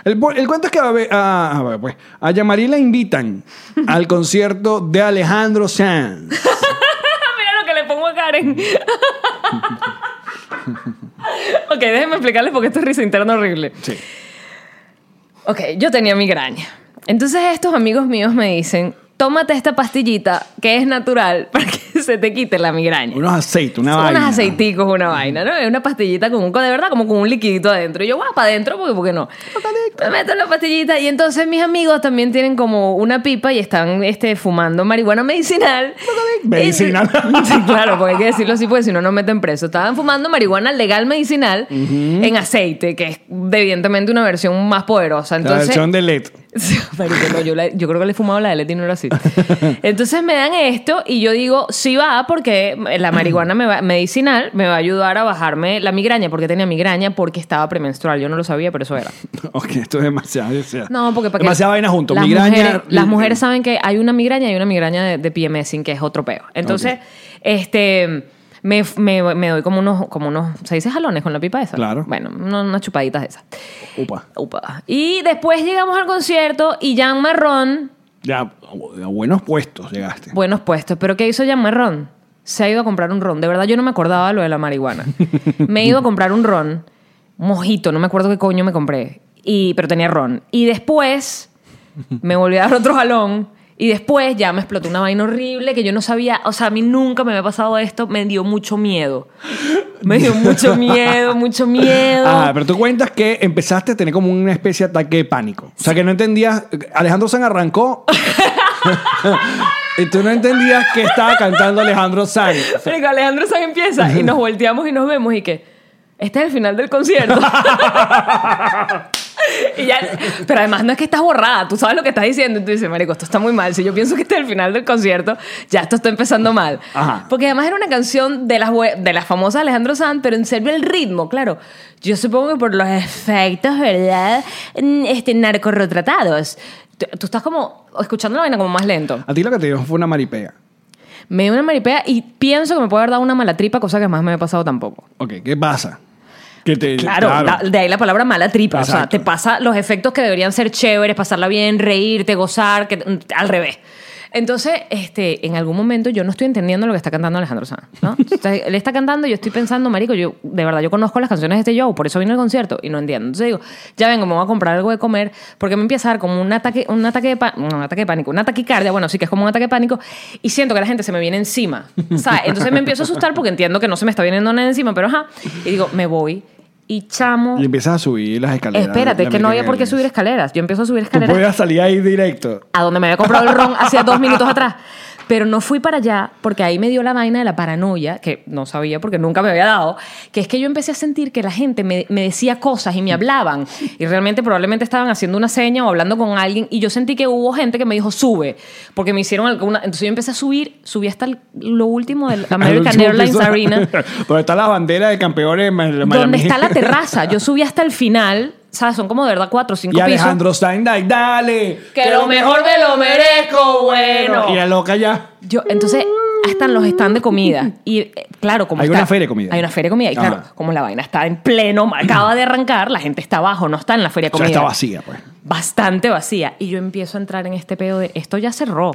S3: El, bu- el cuento es que a, ver, a, a ver, pues, a Yamari la invitan al concierto de Alejandro Sanz.
S1: Ah, Mira lo que le pongo a Karen. ok, déjenme explicarles porque esto es risa interna horrible.
S3: Sí.
S1: Ok, yo tenía migraña. Entonces estos amigos míos me dicen, tómate esta pastillita que es natural para que se te quite la migraña.
S3: Unos aceites, una
S1: Son
S3: vaina.
S1: unos aceiticos, una vaina, ¿no? Es una pastillita con un, de verdad, como con un liquidito adentro. Y yo, guau, para adentro, porque ¿por qué no? Me meto la pastillita y entonces mis amigos también tienen como una pipa y están este, fumando marihuana medicinal.
S3: Medicinal.
S1: Y- sí, claro, porque hay que decirlo así, porque si no, nos meten preso. Estaban fumando marihuana legal medicinal en aceite, que es evidentemente una versión más poderosa.
S3: La
S1: Entonces,
S3: versión de E LED.
S1: Marico, no, yo, la- yo creo que le he fumado la de Leti y no era así. Entonces me dan esto y yo digo, sí va, porque la marihuana me va- medicinal me va a ayudar a bajarme la migraña, porque tenía migraña, porque estaba premenstrual. Yo no lo sabía, pero eso era.
S3: ok, esto es demasiado. demasiado.
S1: No, porque para que-
S3: Demasiada vaina junto.
S1: Las
S3: migraña.
S1: mujeres, las mujeres saben que hay una migraña y hay una migraña de, de PMSing, que es otro peo. Entonces,
S3: Ok.
S1: este. Me, me- me doy como unos, como unos, ¿se dice jalones con la pipa esa?
S3: Claro.
S1: Bueno, no- unas chupaditas de esas.
S3: Upa.
S1: Upa. Y después llegamos al concierto y Jan Marrón
S3: Ya, a buenos puestos llegaste.
S1: buenos puestos. Pero ¿qué hizo Jan Marrón? Se ha ido a comprar un ron. De verdad, yo no me acordaba lo de la marihuana. Me he ido a comprar un ron, mojito, no me acuerdo qué coño me compré. Y, pero tenía ron. Y después me volví a dar otro jalón. Y después ya me explotó una vaina horrible que yo no sabía. O sea, a mí nunca me había pasado esto. Me dio mucho miedo. Me dio mucho miedo, mucho miedo.
S3: Ah, pero tú cuentas que empezaste a tener como una especie de ataque de pánico. O sea, que no entendías. Alejandro San arrancó. y tú no entendías que estaba cantando Alejandro San.
S1: Marico, Alejandro San empieza y nos volteamos y nos vemos y que este es el final del concierto. Y ya- pero además no es que estás borrada, tú sabes lo que estás diciendo y tú dices, Marico, esto está muy mal. Si yo pienso que este es el final del concierto, ya esto está empezando mal.
S3: Ajá.
S1: Porque además era una canción de las, bue- de las famosas Alejandro Sanz, pero en serio el ritmo, claro. Yo supongo que por los efectos, ¿verdad? Mm, Este, narcorretratados. Tú, tú estás como escuchando la vaina como más lento.
S3: A ti lo que te dio fue una maripea.
S1: Me dio una maripea y pienso que me puede haber dado una mala tripa, cosa que más me ha pasado tampoco.
S3: Ok, ¿qué pasa? Que te,
S1: Claro, da- de ahí la palabra mala tripa. O sea,
S3: Exacto.
S1: te pasa los efectos que deberían ser chéveres, pasarla bien, reírte, gozar, que, mm, al revés. Entonces, este, en algún momento yo no estoy entendiendo lo que está cantando Alejandro Sanz, ¿no? Entonces, él está cantando y yo estoy pensando, marico, yo de verdad yo conozco las canciones de este show, por eso vine al concierto y no entiendo. Entonces digo, ya vengo, me voy a comprar algo de comer porque me empieza a dar como un ataque, un ataque de, pa- no, un ataque de pánico, una taquicardia, bueno, sí que es como un ataque de pánico y siento que la gente se me viene encima, ¿sabes? Entonces me empiezo a asustar porque entiendo que no se me está viniendo nada encima, pero ajá, y digo, me voy y chamo,
S3: Y empiezas a subir las escaleras.
S1: espérate,
S3: la
S1: que no había
S3: American
S1: por qué subir
S3: Airlines.
S1: escaleras. Yo empiezo a subir
S3: Tú
S1: escaleras
S3: podías salir ahí directo.
S1: a donde me había comprado el ron hacía dos minutos atrás. Pero no fui para allá porque ahí me dio la vaina de la paranoia, que no sabía porque nunca me había dado, que es que yo empecé a sentir que la gente me, me decía cosas y me hablaban. Y realmente probablemente estaban haciendo una seña o hablando con alguien. Y yo sentí que hubo gente que me dijo, sube, porque me hicieron alguna... Entonces yo empecé a subir, subí hasta el- lo último del
S3: Al
S1: American
S3: último
S1: Airlines
S3: piso.
S1: Arena.
S3: Donde está la bandera de campeones de Ma- Miami.
S1: Donde está la terraza. Yo subí hasta el final. ¿Sabes? Son como de verdad cuatro o cinco
S3: Y
S1: pisos.
S3: Alejandro Stein, dai, dale.
S1: Que lo mejor me lo merezco, bueno.
S3: Y la loca ya.
S1: Yo, entonces, están los stand de comida. Y eh, claro, como
S3: Hay
S1: está-
S3: una feria de comida. Ah.
S1: Hay una feria de comida. Y claro,
S3: Ajá.
S1: como la vaina está en pleno, acaba de arrancar, la gente está abajo, no está en la feria de
S3: O
S1: comida.
S3: sea, está vacía, pues.
S1: Bastante vacía. Y yo empiezo a entrar en este pedo de esto ya cerró.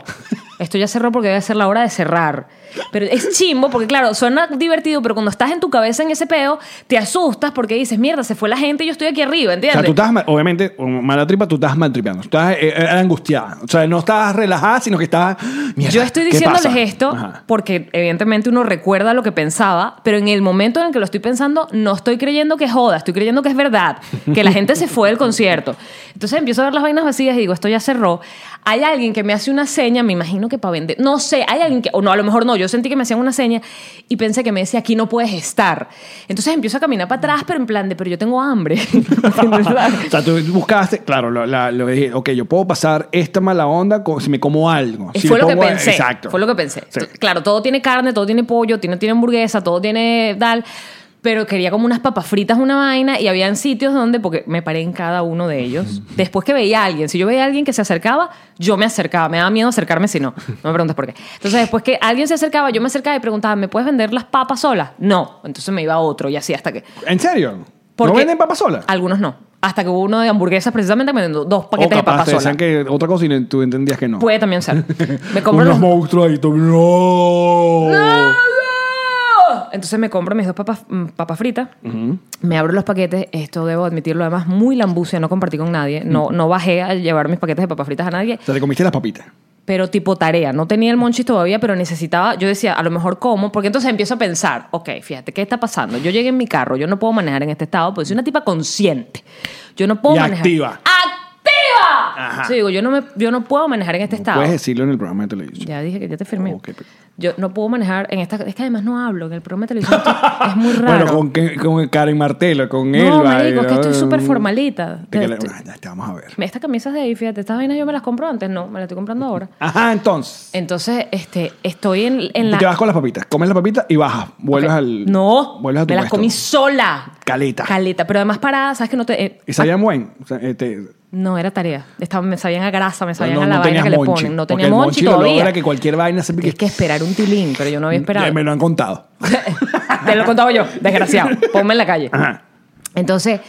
S1: Esto ya cerró porque debe ser la hora de cerrar. Pero es chimbo porque, claro, suena divertido, pero cuando estás en tu cabeza en ese pedo, te asustas porque dices, mierda, se fue la gente y yo estoy aquí arriba,
S3: O
S1: ¿entiendes?
S3: sea, tú estás, mal- obviamente, como mala tripa, tú estás maltripeando. Tú estás eh, eh, angustiada. O sea, no estás relajada, sino que estás. Mierda,
S1: Yo estoy
S3: ¿qué
S1: diciéndoles
S3: pasa?
S1: esto
S3: Ajá.
S1: porque evidentemente uno recuerda lo que pensaba, pero en el momento en el que lo estoy pensando no estoy creyendo que es joda, estoy creyendo que es verdad, que la gente se fue del concierto. Entonces empiezo a ver las vainas vacías y digo, esto ya cerró. Hay alguien que me hace una seña, me imagino que para vender, no sé, hay alguien que, o no, a lo mejor no, yo sentí que me hacían una seña y pensé que me decía, aquí no puedes estar. Entonces empiezo a caminar para atrás, pero en plan de, pero yo tengo hambre.
S3: o sea, tú buscaste, claro, lo, la- lo que dije, ok, yo puedo pasar esta mala onda con- si me como algo.
S1: Eh,
S3: Si
S1: fue
S3: le
S1: lo que
S3: pongo-
S1: pensé.
S3: Exacto.
S1: Fue lo que pensé.
S3: Sí.
S1: T- Claro, todo tiene carne, todo tiene pollo, tiene, tiene hamburguesa, todo tiene tal. Pero quería como unas papas fritas, una vaina, y habían sitios donde, porque me paré en cada uno de ellos. Después que veía a alguien, si yo veía a alguien que se acercaba, yo me acercaba. Me daba miedo acercarme si no. No me preguntes por qué. Entonces, después que alguien se acercaba, yo me acercaba y preguntaba, ¿me puedes vender las papas solas? No. Entonces me iba a otro y así hasta que.
S3: ¿En serio? ¿No
S1: Porque- Ah,
S3: venden papas solas?
S1: Algunos no. Hasta que hubo uno de hamburguesas, precisamente, me vendió dos
S3: O
S1: paquetes de
S3: capaz
S1: papas
S3: te
S1: solas.
S3: decían que otra cosa y no- tú entendías que no.
S1: Puede también ser. Me compro
S3: Unos
S1: los-
S3: monstruos ahí. tú- ¡No!
S1: Entonces me compro mis dos papas, mm, papas fritas, me abro los paquetes, esto debo admitirlo, además muy lambucia, no compartí con nadie, no, no bajé a llevar mis paquetes de papas fritas a nadie,
S3: O sea, te comiste las papitas.
S1: pero tipo tarea, no tenía el monchis todavía, pero necesitaba, yo decía, a lo mejor como, porque entonces empiezo a pensar, ok, fíjate, ¿qué está pasando? Yo llegué en mi carro, yo no puedo manejar en este estado, pues soy una tipa consciente, yo no puedo
S3: Y
S1: manejar.
S3: activa.
S1: ¡Activa! Entonces digo, yo no, me, yo no puedo manejar en este estado.
S3: Puedes decirlo en el programa de televisión.
S1: Ya dije que ya te firmé.
S3: Ok, pero-
S1: Yo no puedo manejar en esta. Es que además no hablo. En el programa de televisión estoy- es muy raro.
S3: Bueno, con, que- con Karen Martelo, con
S1: No,
S3: Elba.
S1: marico, es que estoy
S3: eh,
S1: súper formalita.
S3: te- que le-
S1: Estoy-
S3: Ah, ya te vamos a ver.
S1: Estas camisas de ahí, fíjate, estas vainas yo me las compro antes. No, me las estoy comprando ahora.
S3: Ajá, entonces.
S1: Entonces, este, estoy en, en
S3: Te vas
S1: la.
S3: con las papitas. Comes las papitas y bajas. Vuelves al.
S1: No, me
S3: Vuelves a
S1: las
S3: tu puesto.
S1: comí sola.
S3: Caleta.
S1: Caleta, pero además parada, ¿sabes que no te.? eh,
S3: Y sabían buen. O sea, eh, te-
S1: no, era tarea. Estaban, me sabían a grasa, me sabían
S3: no,
S1: a la
S3: no
S1: vaina
S3: tenías
S1: que
S3: monchi,
S1: le ponen. No
S3: porque
S1: tenía
S3: el
S1: monchi
S3: lo
S1: todavía.
S3: logra que cualquier vaina se
S1: Tienes que esperar un tilín, pero yo no había esperado.
S3: Ya Me lo han contado.
S1: Te lo contaba yo, desgraciado. Ponme en la calle.
S3: Ajá.
S1: Entonces,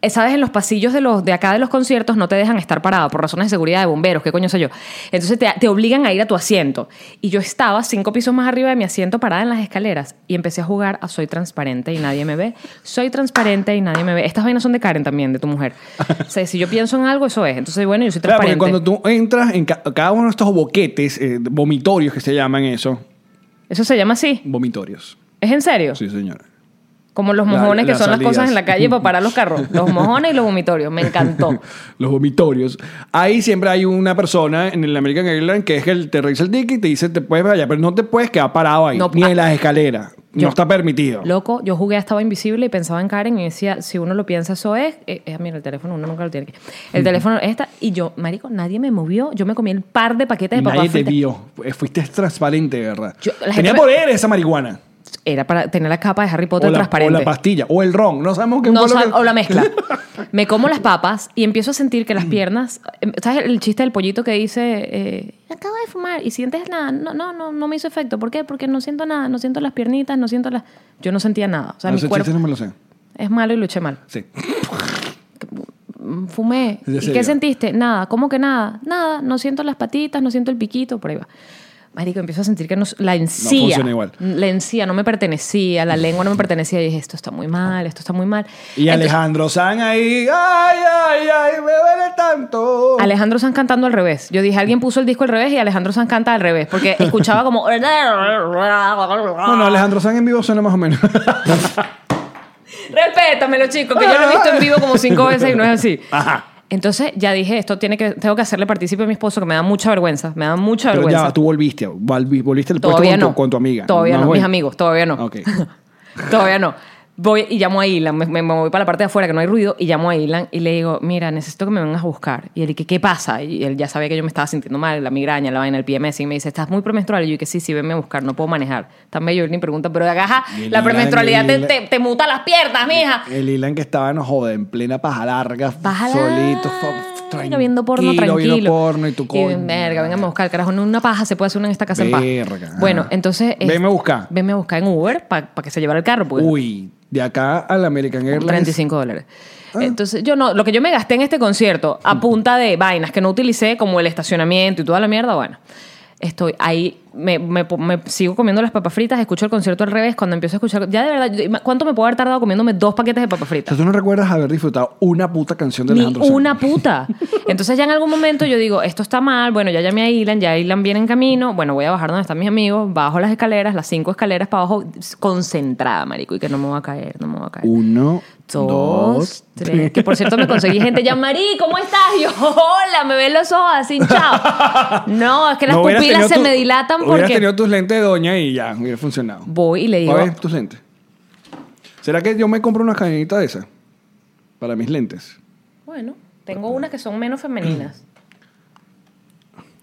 S1: eh, sabes, en los pasillos de los de acá de los conciertos no te dejan estar parado por razones de seguridad de bomberos, qué coño sé yo. Entonces te, te obligan a ir a tu asiento. Y yo estaba cinco pisos más arriba de mi asiento parada en las escaleras y empecé a jugar a Soy transparente y nadie me ve. Soy transparente y nadie me ve. Estas vainas son de Karen también, de tu mujer. O sea, si yo pienso en algo, eso es. Entonces, bueno, yo soy
S3: Claro,
S1: transparente.
S3: porque cuando tú entras en ca- cada uno de estos boquetes, eh, vomitorios que se llaman eso,
S1: Eso se llama así.
S3: vomitorios.
S1: ¿Es en serio?
S3: Sí, señora.
S1: Como los
S3: La-
S1: mojones
S3: las
S1: que son las
S3: salidas.
S1: cosas en la calle para parar los carros. Los mojones y los vomitorios. Me encantó.
S3: los vomitorios. Ahí siempre hay una persona en el American Airlines que es el te revisa el ticket y te dice te puedes ver allá, pero no te puedes quedar parado ahí,
S1: No,
S3: ni en
S1: ah,
S3: las escaleras.
S1: yo-
S3: no está permitido.
S1: Loco, yo jugué a Estaba Invisible y pensaba en Karen y decía, si uno lo piensa, eso es. eh, eh, mira, el teléfono, uno nunca lo tiene. que- El teléfono esta. Y yo, marico, nadie me movió. Yo me comí el par de paquetes de
S3: Nadie
S1: papas
S3: te
S1: fritas.
S3: vio. Eh, Fuiste transparente, de ¿verdad?
S1: Yo- la gente
S3: Tenía
S1: me-
S3: poder esa marihuana.
S1: Era para tener la capa de Harry
S3: O
S1: Potter
S3: la, o
S1: transparente.
S3: la pastilla. O el ron. No sabemos qué
S1: No,
S3: fue lo
S1: sal-
S3: que-
S1: o la mezcla. Me como las papas y empiezo a sentir
S3: Mm.
S1: que las piernas. em, ¿Sabes el chiste del pollito que dice? eh, Acabo de fumar y sientes nada. No, no, no, no me hizo efecto. ¿Por qué? Porque no siento nada. No siento las piernitas, no siento las. Yo no sentía nada. O sea,
S3: Ah, No,
S1: mi
S3: ese
S1: cuerpo
S3: chiste no me lo sé.
S1: es malo y luché mal.
S3: Sí.
S1: mm, fumé.
S3: Ya
S1: ¿Y
S3: sé
S1: qué
S3: yo.
S1: sentiste? Nada. ¿Cómo que nada? Nada. No siento las patitas, no siento el piquito, por ahí va. Marico, empiezo a sentir que no, la encía.
S3: funciona igual.
S1: La encía no me pertenecía, la lengua no me pertenecía. Y dije, esto está muy mal, esto está muy mal.
S3: Y
S1: Entonces,
S3: Alejandro San ahí, ay, ay, ay, me duele tanto.
S1: Alejandro Sanz cantando al revés. Yo dije, alguien puso el disco al revés y Alejandro Sanz canta al revés. Porque escuchaba como.
S3: Bueno,
S1: Bueno,
S3: Alejandro San en vivo suena más o menos.
S1: Respétamelo, chico, que yo lo he visto en vivo como cinco veces y no es así.
S3: Ajá.
S1: Entonces ya dije, esto tiene que, tengo que hacerle partícipe a mi esposo, que me da mucha vergüenza. Me da mucha
S3: Pero
S1: vergüenza.
S3: ya, tú volviste, volvi- volviste el puesto
S1: todavía
S3: con,
S1: no.
S3: tu, con tu amiga.
S1: Todavía no,
S3: voy.
S1: mis amigos, todavía no.
S3: Ok.
S1: todavía no. Voy y llamo a Ilan, me, me- me voy para la parte de afuera que no hay ruido y llamo a Ilan y le digo, mira, necesito que me vengas a buscar. Y él, ¿qué, qué pasa? Y él ya sabía que yo me estaba sintiendo mal, la migraña, la vaina, el PMS y me dice, estás muy premenstrual. Y yo, que sí, sí, venme a buscar, no puedo manejar. Tan bello, él ni pregunta, pero agaja,
S3: Y el
S1: la
S3: Ilan,
S1: premenstrualidad te,
S3: el-
S1: te, te muta las piernas, mija.
S3: El Ilan que estaba, no joda, en plena paja larga,
S1: Baja
S3: solito,
S1: larga,
S3: fa-
S1: viendo porno tranquilo.
S3: viendo porno y tu coño.
S1: verga, venga a buscar, carajo, no, una paja se puede hacer una en esta casa en paz.
S3: Verga, ajá.
S1: Bueno, entonces... es-
S3: Venme a buscar.
S1: Venme a buscar en Uber para que se llevara el carro. pues. Porque
S3: Uy, de acá al American Airlines.
S1: 35 dólares.
S3: Ah.
S1: Entonces, yo no, lo que yo me gasté en este concierto,
S3: Mm.
S1: a punta de vainas que no utilicé, como el estacionamiento y toda la mierda, bueno, estoy ahí, me, me- me sigo comiendo las papas fritas, escucho el concierto al revés, cuando empiezo a escuchar, ya de verdad, yo- ¿cuánto me puedo haber tardado comiéndome dos paquetes de papas
S3: O sea,
S1: fritas?
S3: tú no recuerdas haber disfrutado una puta canción de
S1: Ni
S3: Alejandro Sanz?
S1: una puta. Entonces ya en algún momento yo digo, esto está mal, bueno, ya llamé a Ilan, ya Ilan viene en camino, bueno, voy a bajar donde están mis amigos, bajo las escaleras, las cinco escaleras para abajo, concentrada, marico, y que no me va a caer, no me va a caer
S3: Uno,
S1: dos, tres. Que por cierto me conseguí gente ya, Marí, ¿cómo estás? Y yo, hola, me ven los ojos así, chao. No, es que las
S3: No hubieras
S1: pupilas
S3: tenido
S1: se
S3: tu-
S1: me dilatan
S3: Hubieras
S1: porque
S3: tenido tus lentes de doña y ya, hubiera funcionado.
S1: voy y le digo,
S3: A ver, tus lentes. ¿Será que yo me compro una cadenita de esas? Para mis lentes.
S1: bueno, tengo unas que son menos femeninas.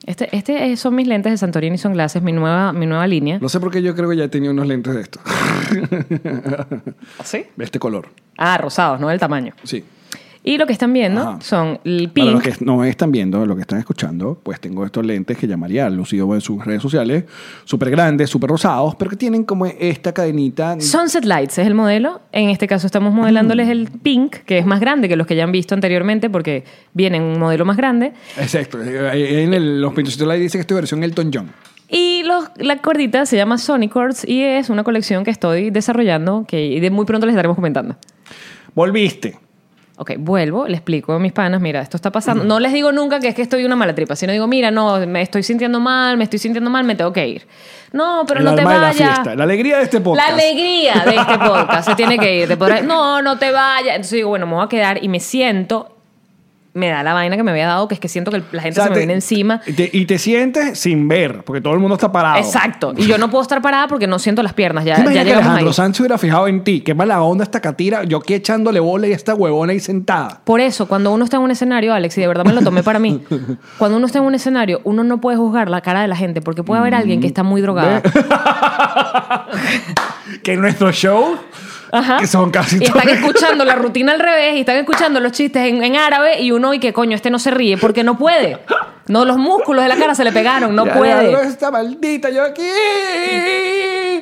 S1: Este, este eh, son mis lentes de Santorini son Glasses, mi nueva, mi nueva línea.
S3: No sé por qué yo creo que ya he tenido unos lentes de estos.
S1: ¿Sí?
S3: De este color.
S1: Ah, rosados, no del tamaño.
S3: Sí.
S1: Y lo que están viendo
S3: Ajá.
S1: son el pink.
S3: Para los que no están viendo, los que están escuchando, pues tengo estos lentes que llamaría lucido en sus redes sociales, súper grandes, súper rosados, pero que tienen como esta cadenita.
S1: Sunset Lights es el modelo. En este caso estamos modelándoles
S3: Mm.
S1: el pink, que es más grande que los que ya han visto anteriormente porque viene en un modelo más grande.
S3: Exacto. Eh, En el- los pintorcitos ahí dice que esto es versión Elton John.
S1: Y los, la cordita se llama Sonicords y es una colección que estoy desarrollando que de muy pronto les estaremos comentando.
S3: Volviste.
S1: Ok, vuelvo, le explico a mis panas, mira, esto está pasando. No les digo nunca que es que estoy una mala tripa, sino digo, mira, no, me estoy sintiendo mal, me estoy sintiendo mal, me tengo que ir. No, pero
S3: el
S1: no te
S3: alma de la
S1: vayas.
S3: fiesta. La alegría de este podcast.
S1: La alegría de este podcast se tiene que ir. Te podrás- no, no te vayas. Entonces digo, bueno, me voy a quedar y me siento. Me da la vaina que me había dado, que es que siento que la gente
S3: O sea,
S1: se me
S3: te-
S1: viene encima.
S3: te- y te sientes sin ver, porque todo el mundo está parado.
S1: Exacto. Y yo no puedo estar parada porque no siento las piernas. Ya,
S3: ¿Te imaginas
S1: ya
S3: que
S1: llegamos
S3: Alejandro
S1: ahí.
S3: Sanz se hubiera fijado en ti? Qué mala onda esta catira, yo aquí echándole bola y esta huevona ahí sentada.
S1: Por eso, cuando uno está en un escenario, Alex, y de verdad me lo tomé para mí, cuando uno está en un escenario, uno no puede juzgar la cara de la gente porque puede haber alguien que está muy drogada.
S3: Que en nuestro show,
S1: Ajá.
S3: que son casi
S1: Y están
S3: todos-
S1: escuchando la rutina al revés y están escuchando los chistes en, en árabe y uno, y que coño, este no se ríe porque no puede. No, los músculos de la cara se le pegaron, no
S3: Ya
S1: puede.
S3: abro esta maldita yo aquí.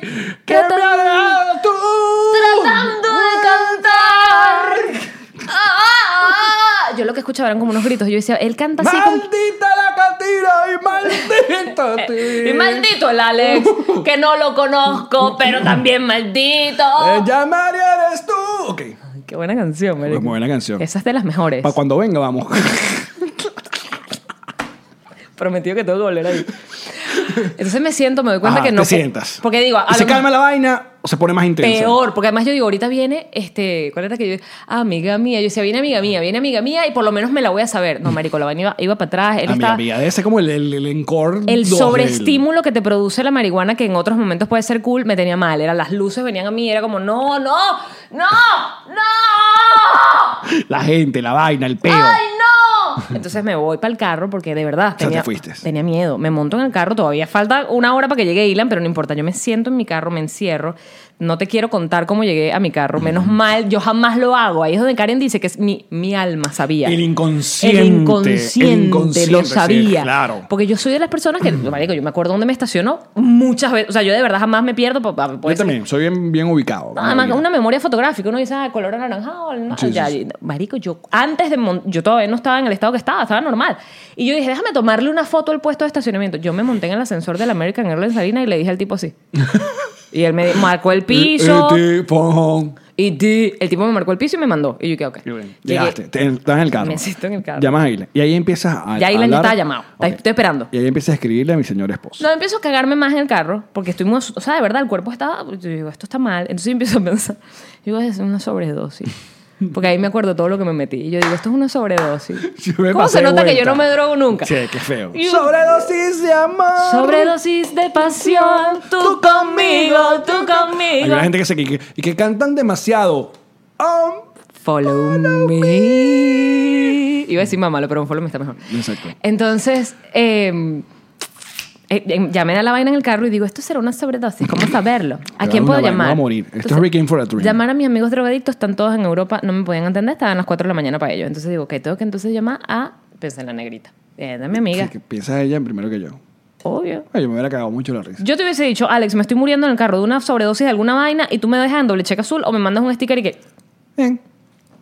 S3: ¿Qué me ha
S1: Tratando-
S3: dado tú?
S1: Tratando de cantar. Ah, ah, ah. Yo lo que escuchaba eran como unos gritos. Yo decía, él canta así como. Eh,
S3: Maldita la catira y maldito ti.
S1: Y maldito el Alex, que no lo conozco, pero también maldito.
S3: Ella María eres tú. Ok.
S1: Qué buena canción, marico.
S3: Eh, Muy buena Pues canción.
S1: Esa es de las mejores.
S3: Para cuando venga, vamos.
S1: Prometido que tengo que volver ahí. Entonces me siento, me doy cuenta
S3: Ajá,
S1: que no.
S3: Ah, te
S1: pu-
S3: sientas.
S1: Porque digo, a
S3: Y se
S1: lo
S3: calma la vaina o se pone más intensa.
S1: Peor, porque además yo digo, ahorita viene, este, ¿cuál era que yo? Ah, amiga mía. Yo decía, viene amiga mía, viene amiga mía y por lo menos me la voy a saber. No, marico, la vaina iba, iba para atrás. Él
S3: Amiga
S1: estaba-
S3: mía, debe ser como el, el, el encore
S1: El
S3: dos
S1: sobreestímulo que te produce la marihuana, que en otros momentos puede ser cool, me tenía mal. Era las luces venían a mí, era como, no, no, no, no,
S3: del- La gente, la vaina, el peo.
S1: ay, no. Entonces me voy para el carro porque de verdad
S3: sea,
S1: tenía,
S3: te fuiste.
S1: tenía miedo. Me monto en el carro, todavía falta una hora para que llegue Ilan, pero no importa. Yo me siento en mi carro, me encierro, no te quiero contar cómo llegué a mi carro. Menos mal, yo jamás lo hago. Ahí es donde Karen dice que es mi, mi alma sabía.
S3: El inconsciente,
S1: El inconsciente,
S3: el inconsciente,
S1: lo
S3: sí,
S1: sabía.
S3: claro.
S1: Porque yo soy de las personas que, marico, yo me acuerdo dónde me estacionó muchas veces. O sea, yo de verdad jamás me pierdo. pa- pa-
S3: Yo
S1: pues,
S3: también, soy bien, bien ubicado.
S1: no, además, una memoria fotográfica, uno dice, ah, color anaranjado, no,
S3: Sí, sí,
S1: ya,
S3: sí.
S1: marico, yo antes de, mon- yo todavía no estaba en el estado que estaba, estaba normal. Y yo dije, déjame tomarle una foto al puesto de estacionamiento. Yo me monté en el ascensor del American Airlines Arena y le dije al tipo así. y él me di- marcó el piso,
S3: Eh, eh, pon.
S1: y di- el tipo me marcó el piso y me mandó. Y yo quedé, ok.
S3: Llegaste,
S1: Llegué.
S3: te- estás en el carro.
S1: Me siento en el carro.
S3: Llamas a Isla. Y ahí empiezas a.
S1: Ya Isla
S3: a
S1: yo
S3: hablar.
S1: estaba llamado, Está-
S3: Ok.
S1: estoy esperando.
S3: Y ahí empiezas a escribirle a mi señor esposo.
S1: No, empiezo a cagarme más en el carro, porque estoy muy... asu- O sea, de verdad, el cuerpo estaba... Yo digo, esto está mal. Entonces yo empiezo a pensar, digo, es una sobredosis. Porque ahí me acuerdo todo lo que me metí. Y yo digo, esto es una sobredosis.
S3: Yo me
S1: ¿Cómo se
S3: pasé de
S1: nota que yo
S3: vuelta.
S1: no me drogo nunca?
S3: Che, qué feo.
S1: Y-
S3: Sobredosis de amor.
S1: Sobredosis de pasión, tú conmigo, tú
S3: Hay
S1: conmigo.
S3: una gente que se. que- y que cantan demasiado. Oh,
S1: Follow me. Iba a decir mamá, pero un follow me está mejor.
S3: Exacto.
S1: Entonces, eh, eh, eh, llamé a la vaina en el carro y digo, esto será una sobredosis, ¿cómo saberlo? ¿A
S3: Te
S1: quién
S3: da
S1: puedo
S3: una vaina,
S1: llamar?
S3: va a morir. Esto es Requiem for a Dream.
S1: Llamar a mis amigos drogadictos, están todos en Europa, no me podían entender, estaban las 4 de la mañana para ellos. Entonces digo, ok, tengo que entonces llamar a, pensé en la negrita, eh, de mi amiga,
S3: sí, que piensa ella primero que yo.
S1: obvio.
S3: Ay, yo me hubiera cagado mucho la risa.
S1: Yo te hubiese dicho, Alex, me estoy muriendo en el carro de una sobredosis de alguna vaina y tú me dejas en doble cheque azul o me mandas un sticker y que,
S3: Bien.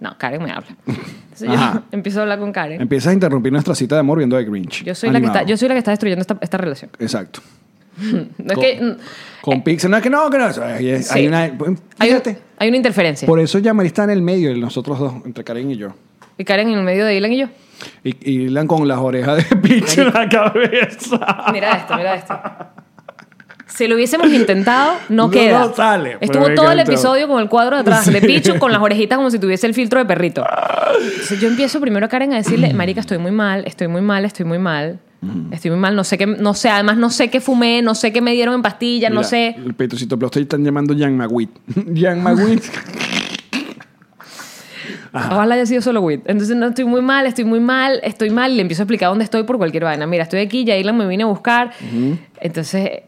S1: no, Karen me habla. Entonces yo
S3: Ajá.
S1: empiezo a hablar con Karen.
S3: Empiezas a interrumpir nuestra cita de amor viendo a Grinch.
S1: Yo soy, la que
S3: Animado.
S1: está, yo soy la que está destruyendo esta, esta relación.
S3: Exacto.
S1: No es
S3: Co-
S1: que, mm,
S3: Con Pixel. No es que no, que no. Hay,
S1: Eh, Sí.
S3: hay una. pues,
S1: hay, un-
S3: Fíjate.
S1: hay una interferencia.
S3: Por eso Yamari está en el medio de nosotros dos, entre Karen y yo.
S1: Y Karen en el medio de Ilan y yo.
S3: Y, y Dylan con las orejas de pinche en la cabeza.
S1: Mira esto, mira esto. Si lo hubiésemos intentado, no,
S3: No,
S1: queda.
S3: no sale, pues, pero
S1: Estuvo
S3: me
S1: todo el
S3: encantó.
S1: episodio con el cuadro de atrás
S3: Sí.
S1: de Pichu con las orejitas como si tuviese el filtro de perrito. Entonces, yo empiezo primero a Karen a
S3: Mm.
S1: decirle, marica, estoy muy mal, estoy muy mal, estoy muy mal. Estoy muy mal, no sé qué, no sé, además no sé qué fumé, no sé qué me dieron en pastillas, no
S3: Mira,
S1: sé.
S3: El peitocito plástico están llamando Jan Maguit. Jan Maguit.
S1: Ojalá haya sido solo WIT. Entonces, no, estoy muy mal, estoy muy mal, estoy mal. Y le empiezo a explicar dónde estoy por cualquier vaina. Mira, estoy aquí, ya Ilan me vine a buscar. Entonces,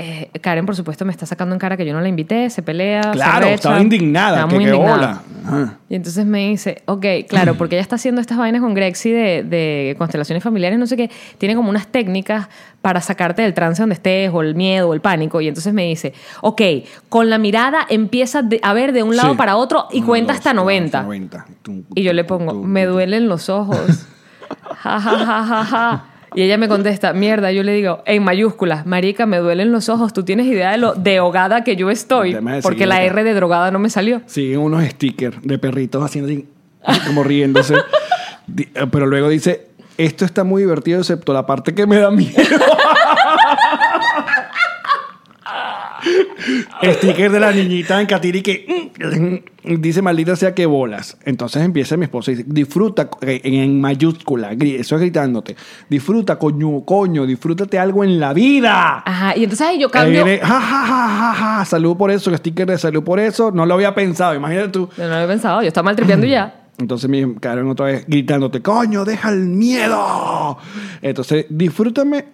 S1: eh, Karen, por supuesto, me está sacando en cara que yo no la invité, se pelea. se
S3: claro,
S1: arrecha.
S3: estaba indignada.
S1: Estaba
S3: que
S1: muy
S3: qué
S1: indignada.
S3: bola. Ajá.
S1: Y entonces me dice, ok, claro, porque ella está haciendo estas vainas con Grexy de, de constelaciones familiares, no sé qué, tiene como unas técnicas para sacarte del trance donde estés, o el miedo, o el pánico. Y entonces me dice, ok, con la mirada empieza de- a ver de un lado
S3: Sí.
S1: para otro y
S3: Uno,
S1: cuenta
S3: dos,
S1: hasta
S3: uno, dos,
S1: 90.
S3: 90. Tum,
S1: Y yo le
S3: tum,
S1: pongo,
S3: tum,
S1: me
S3: tum.
S1: duelen los ojos. Ja, ja, ja, ja, ja. Y ella me contesta, mierda. Yo le digo, en mayúsculas, marica, me duelen los ojos. Tú tienes idea de lo de ahogada que yo estoy.
S3: Además de
S1: Porque la
S3: seguir acá.
S1: R de drogada no me salió.
S3: Siguen unos stickers de perritos haciendo así, como riéndose. Di- eh, Pero luego dice, esto está muy divertido excepto la parte que me da miedo. Sticker de la niñita en Katiri que mm, dice maldita sea que bolas. Entonces empieza mi esposa y dice, disfruta co- eh, en, en mayúscula, gri- eso es gritándote. Disfruta, coño, coño, disfrútate algo en la vida.
S1: Ajá. Y entonces ahí yo
S3: Ahí
S1: cambio.
S3: viene, ja, ja, ja, ja, ja, salud por eso, el sticker de salud por eso. No lo había pensado, imagínate tú.
S1: Yo no lo había pensado, yo estaba maltripeando y ya.
S3: Entonces me quedaron otra vez gritándote, coño, deja el miedo. Entonces, disfrútame,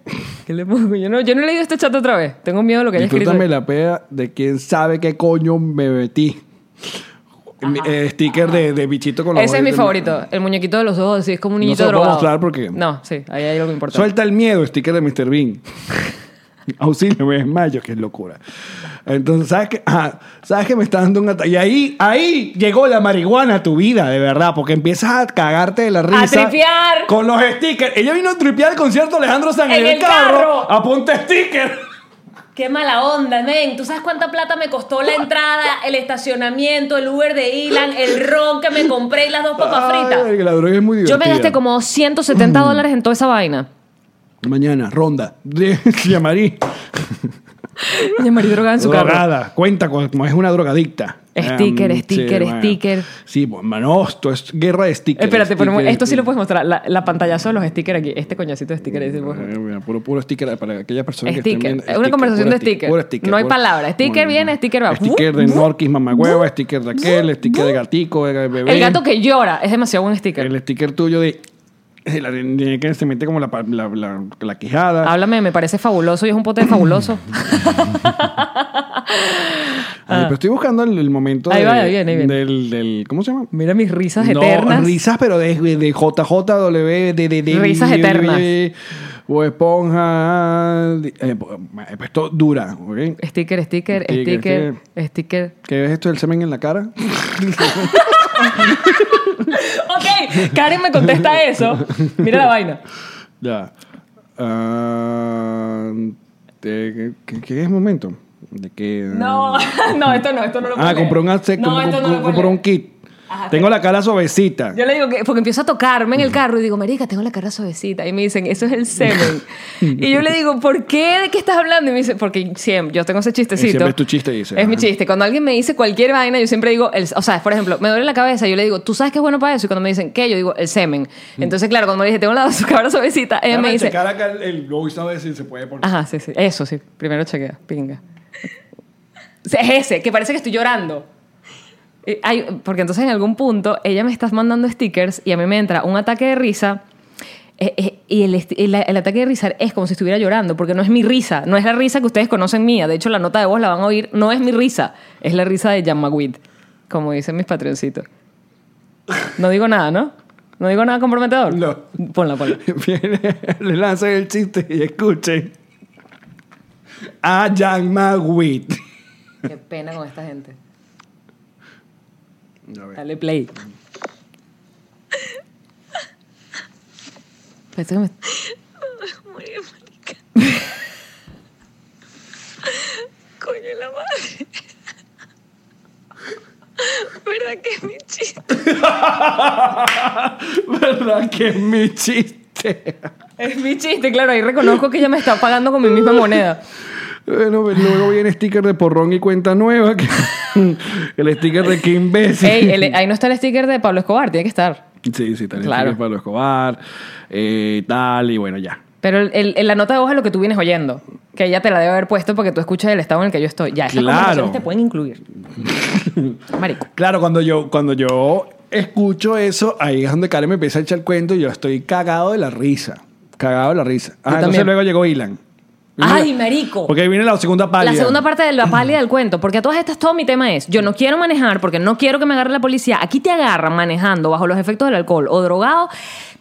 S1: ¿Qué le pongo? Yo no, yo no he leído este chat otra vez. Tengo miedo de lo que haya escrito.
S3: disfrútame la peda de quien sabe qué coño me metí. Mi- eh, sticker de, de bichito con los
S1: Ese es mi
S3: ojitos.
S1: favorito. El muñequito de los ojos, sí, es como un
S3: No
S1: niñito
S3: se lo puedo
S1: drogado.
S3: mostrar porque-
S1: No, sí, ahí hay algo importante.
S3: Suelta el miedo, sticker de Mr. Bean. Auxilio, me desmayo, qué locura. Entonces, ¿sabes qué? Ajá, ¿Sabes que me está dando un ataque? Y ahí, ahí llegó la marihuana a tu vida, de verdad, porque empiezas a cagarte de la risa.
S1: tripear.
S3: Con los stickers. Ella vino a tripear el concierto de Alejandro Sanz en,
S1: En
S3: el,
S1: el
S3: carro.
S1: carro.
S3: Apunta sticker.
S1: Qué mala onda, men. ¿Tú sabes cuánta plata me costó la entrada, el estacionamiento, el Uber de Ilan, el ron que me compré y las dos papas
S3: Ay,
S1: fritas?
S3: la droga es muy divertida.
S1: Yo me gasté como 170 dólares en toda esa vaina.
S3: Mañana, ronda. Llamarí.
S1: Y María drogada en su carro.
S3: Drogada. Cuenta como es una drogadicta.
S1: Sticker,
S3: Em,
S1: sticker,
S3: bueno.
S1: sticker.
S3: Sí, pues, mano, esto es guerra de stickers.
S1: Espérate, pero
S3: Sticker,
S1: esto sí lo
S3: sticker.
S1: puedes mostrar. La, la pantallazo de los stickers aquí. Este coñacito de stickers. ese, pues.
S3: Eh, mira, puro, puro sticker para aquellas personas que
S1: Sticker.
S3: estén viendo.
S1: Es una conversación
S3: puro
S1: de sticker.
S3: puro
S1: No hay
S3: puro-
S1: palabra. Sticker viene, sticker va. Uh,
S3: Sticker de Norquis mamacueva, sticker de aquel, sticker de gatico, de bebé.
S1: El gato que llora es demasiado buen sticker.
S3: El sticker tuyo de La niña que se mete como la, pa- la, la- la quijada.
S1: Háblame, me parece fabuloso y es un pote de fabuloso.
S3: Ay, pero estoy buscando el, el momento
S1: Ahí
S3: de-
S1: va, ahí viene, ahí viene.
S3: Del, del- ¿Cómo se llama?
S1: Mira mis risas eternas.
S3: risas, pero de, de JJW, de, de, de-
S1: Risas
S3: de-
S1: eternas.
S3: O esponja. de- eh, pues esto dura, ¿ok?
S1: Sticker, sticker,
S3: Sticker,
S1: sticker, sticker.
S3: ¿Qué ves esto del semen en la cara?
S1: Ok, Karen me contesta eso. Mira la vaina.
S3: ya. Ah, de- ¿qué, qué es momento? ¿De qué?
S1: No, no, esto no, esto no lo puedo
S3: Ah,
S1: leer.
S3: compró un, adse-
S1: No,
S3: com-
S1: esto no lo
S3: com-
S1: puedo
S3: compró un
S1: leer.
S3: kit. Tengo la cara suavecita.
S1: Yo le digo que, porque empiezo a tocarme en
S3: Mm.
S1: el carro y digo, Marica, tengo la cara suavecita. Y me dicen, eso es el semen. y yo le digo, ¿por qué? ¿De qué estás hablando? Y me dice, porque siempre, yo tengo ese chistecito.
S3: Siempre es tu chiste, dice.
S1: Es mi
S3: Ajá.
S1: chiste. Cuando alguien me dice cualquier vaina, yo siempre digo, el- o sea, por ejemplo, me duele la cabeza, yo le digo, ¿tú sabes qué es bueno para eso? Y cuando me dicen, ¿qué? Yo digo, el semen.
S3: Mm.
S1: Entonces, claro, cuando me dice, tengo la cara suavecita, ella me dice,
S3: acá el, voice a ver si se puede poner.
S1: Ajá, sí, sí. Eso sí. Primero chequea. Pinga. O sea, Es ese, que parece que estoy llorando. Eh, hay- porque entonces en algún punto ella me está mandando stickers y a mí me entra un ataque de risa. eh, eh, y el, esti- el- el ataque de risa es como si estuviera llorando, porque no es mi risa, no es la risa que ustedes conocen mía. De hecho, la nota de voz la van a oír, no es mi risa, es la risa de Jan Magwid, como dicen mis patroncitos. No digo nada, ¿no? No digo nada comprometedor.
S3: No.
S1: Ponla, ponla.
S3: Viene, le lanzan el chiste y escuchen. A Jan Magwit.
S1: Qué pena con esta gente.
S3: Ya ves.
S1: Dale play. Parece que me-
S5: Morir, marica. Coño, la madre. ¿Verdad que es mi chiste?
S3: ¿Verdad que es mi chiste?
S1: Es mi chiste, claro. Ahí reconozco que ella me está pagando con mi misma moneda.
S3: Bueno, luego viene sticker de porrón y cuenta nueva. que- el sticker de Kim Bessie.
S1: Ey, el- ahí no está el sticker de Pablo Escobar, tiene que estar.
S3: Sí, sí, también
S1: Claro.
S3: claro. Pablo Escobar, eh, tal, y bueno, ya.
S1: Pero el- el- el- la nota de voz es lo que tú vienes oyendo. Que ella te la debe haber puesto porque tú escuchas el estado en el que yo estoy. Ya, esas
S3: Claro.
S1: conversaciones te pueden incluir. Marico.
S3: Claro, cuando yo, cuando yo escucho eso, ahí es donde Karen me empieza a echar el cuento y yo estoy cagado de la risa. Cagado de la risa. Ah, entonces
S1: también.
S3: luego llegó Ilan.
S1: Ay, marico.
S3: Porque ahí viene la segunda parte.
S1: La segunda parte de la pálida del cuento, porque a todas estas todo mi tema es, yo no quiero manejar porque no quiero que me agarre la policía. Aquí te agarran manejando bajo los efectos del alcohol o drogado.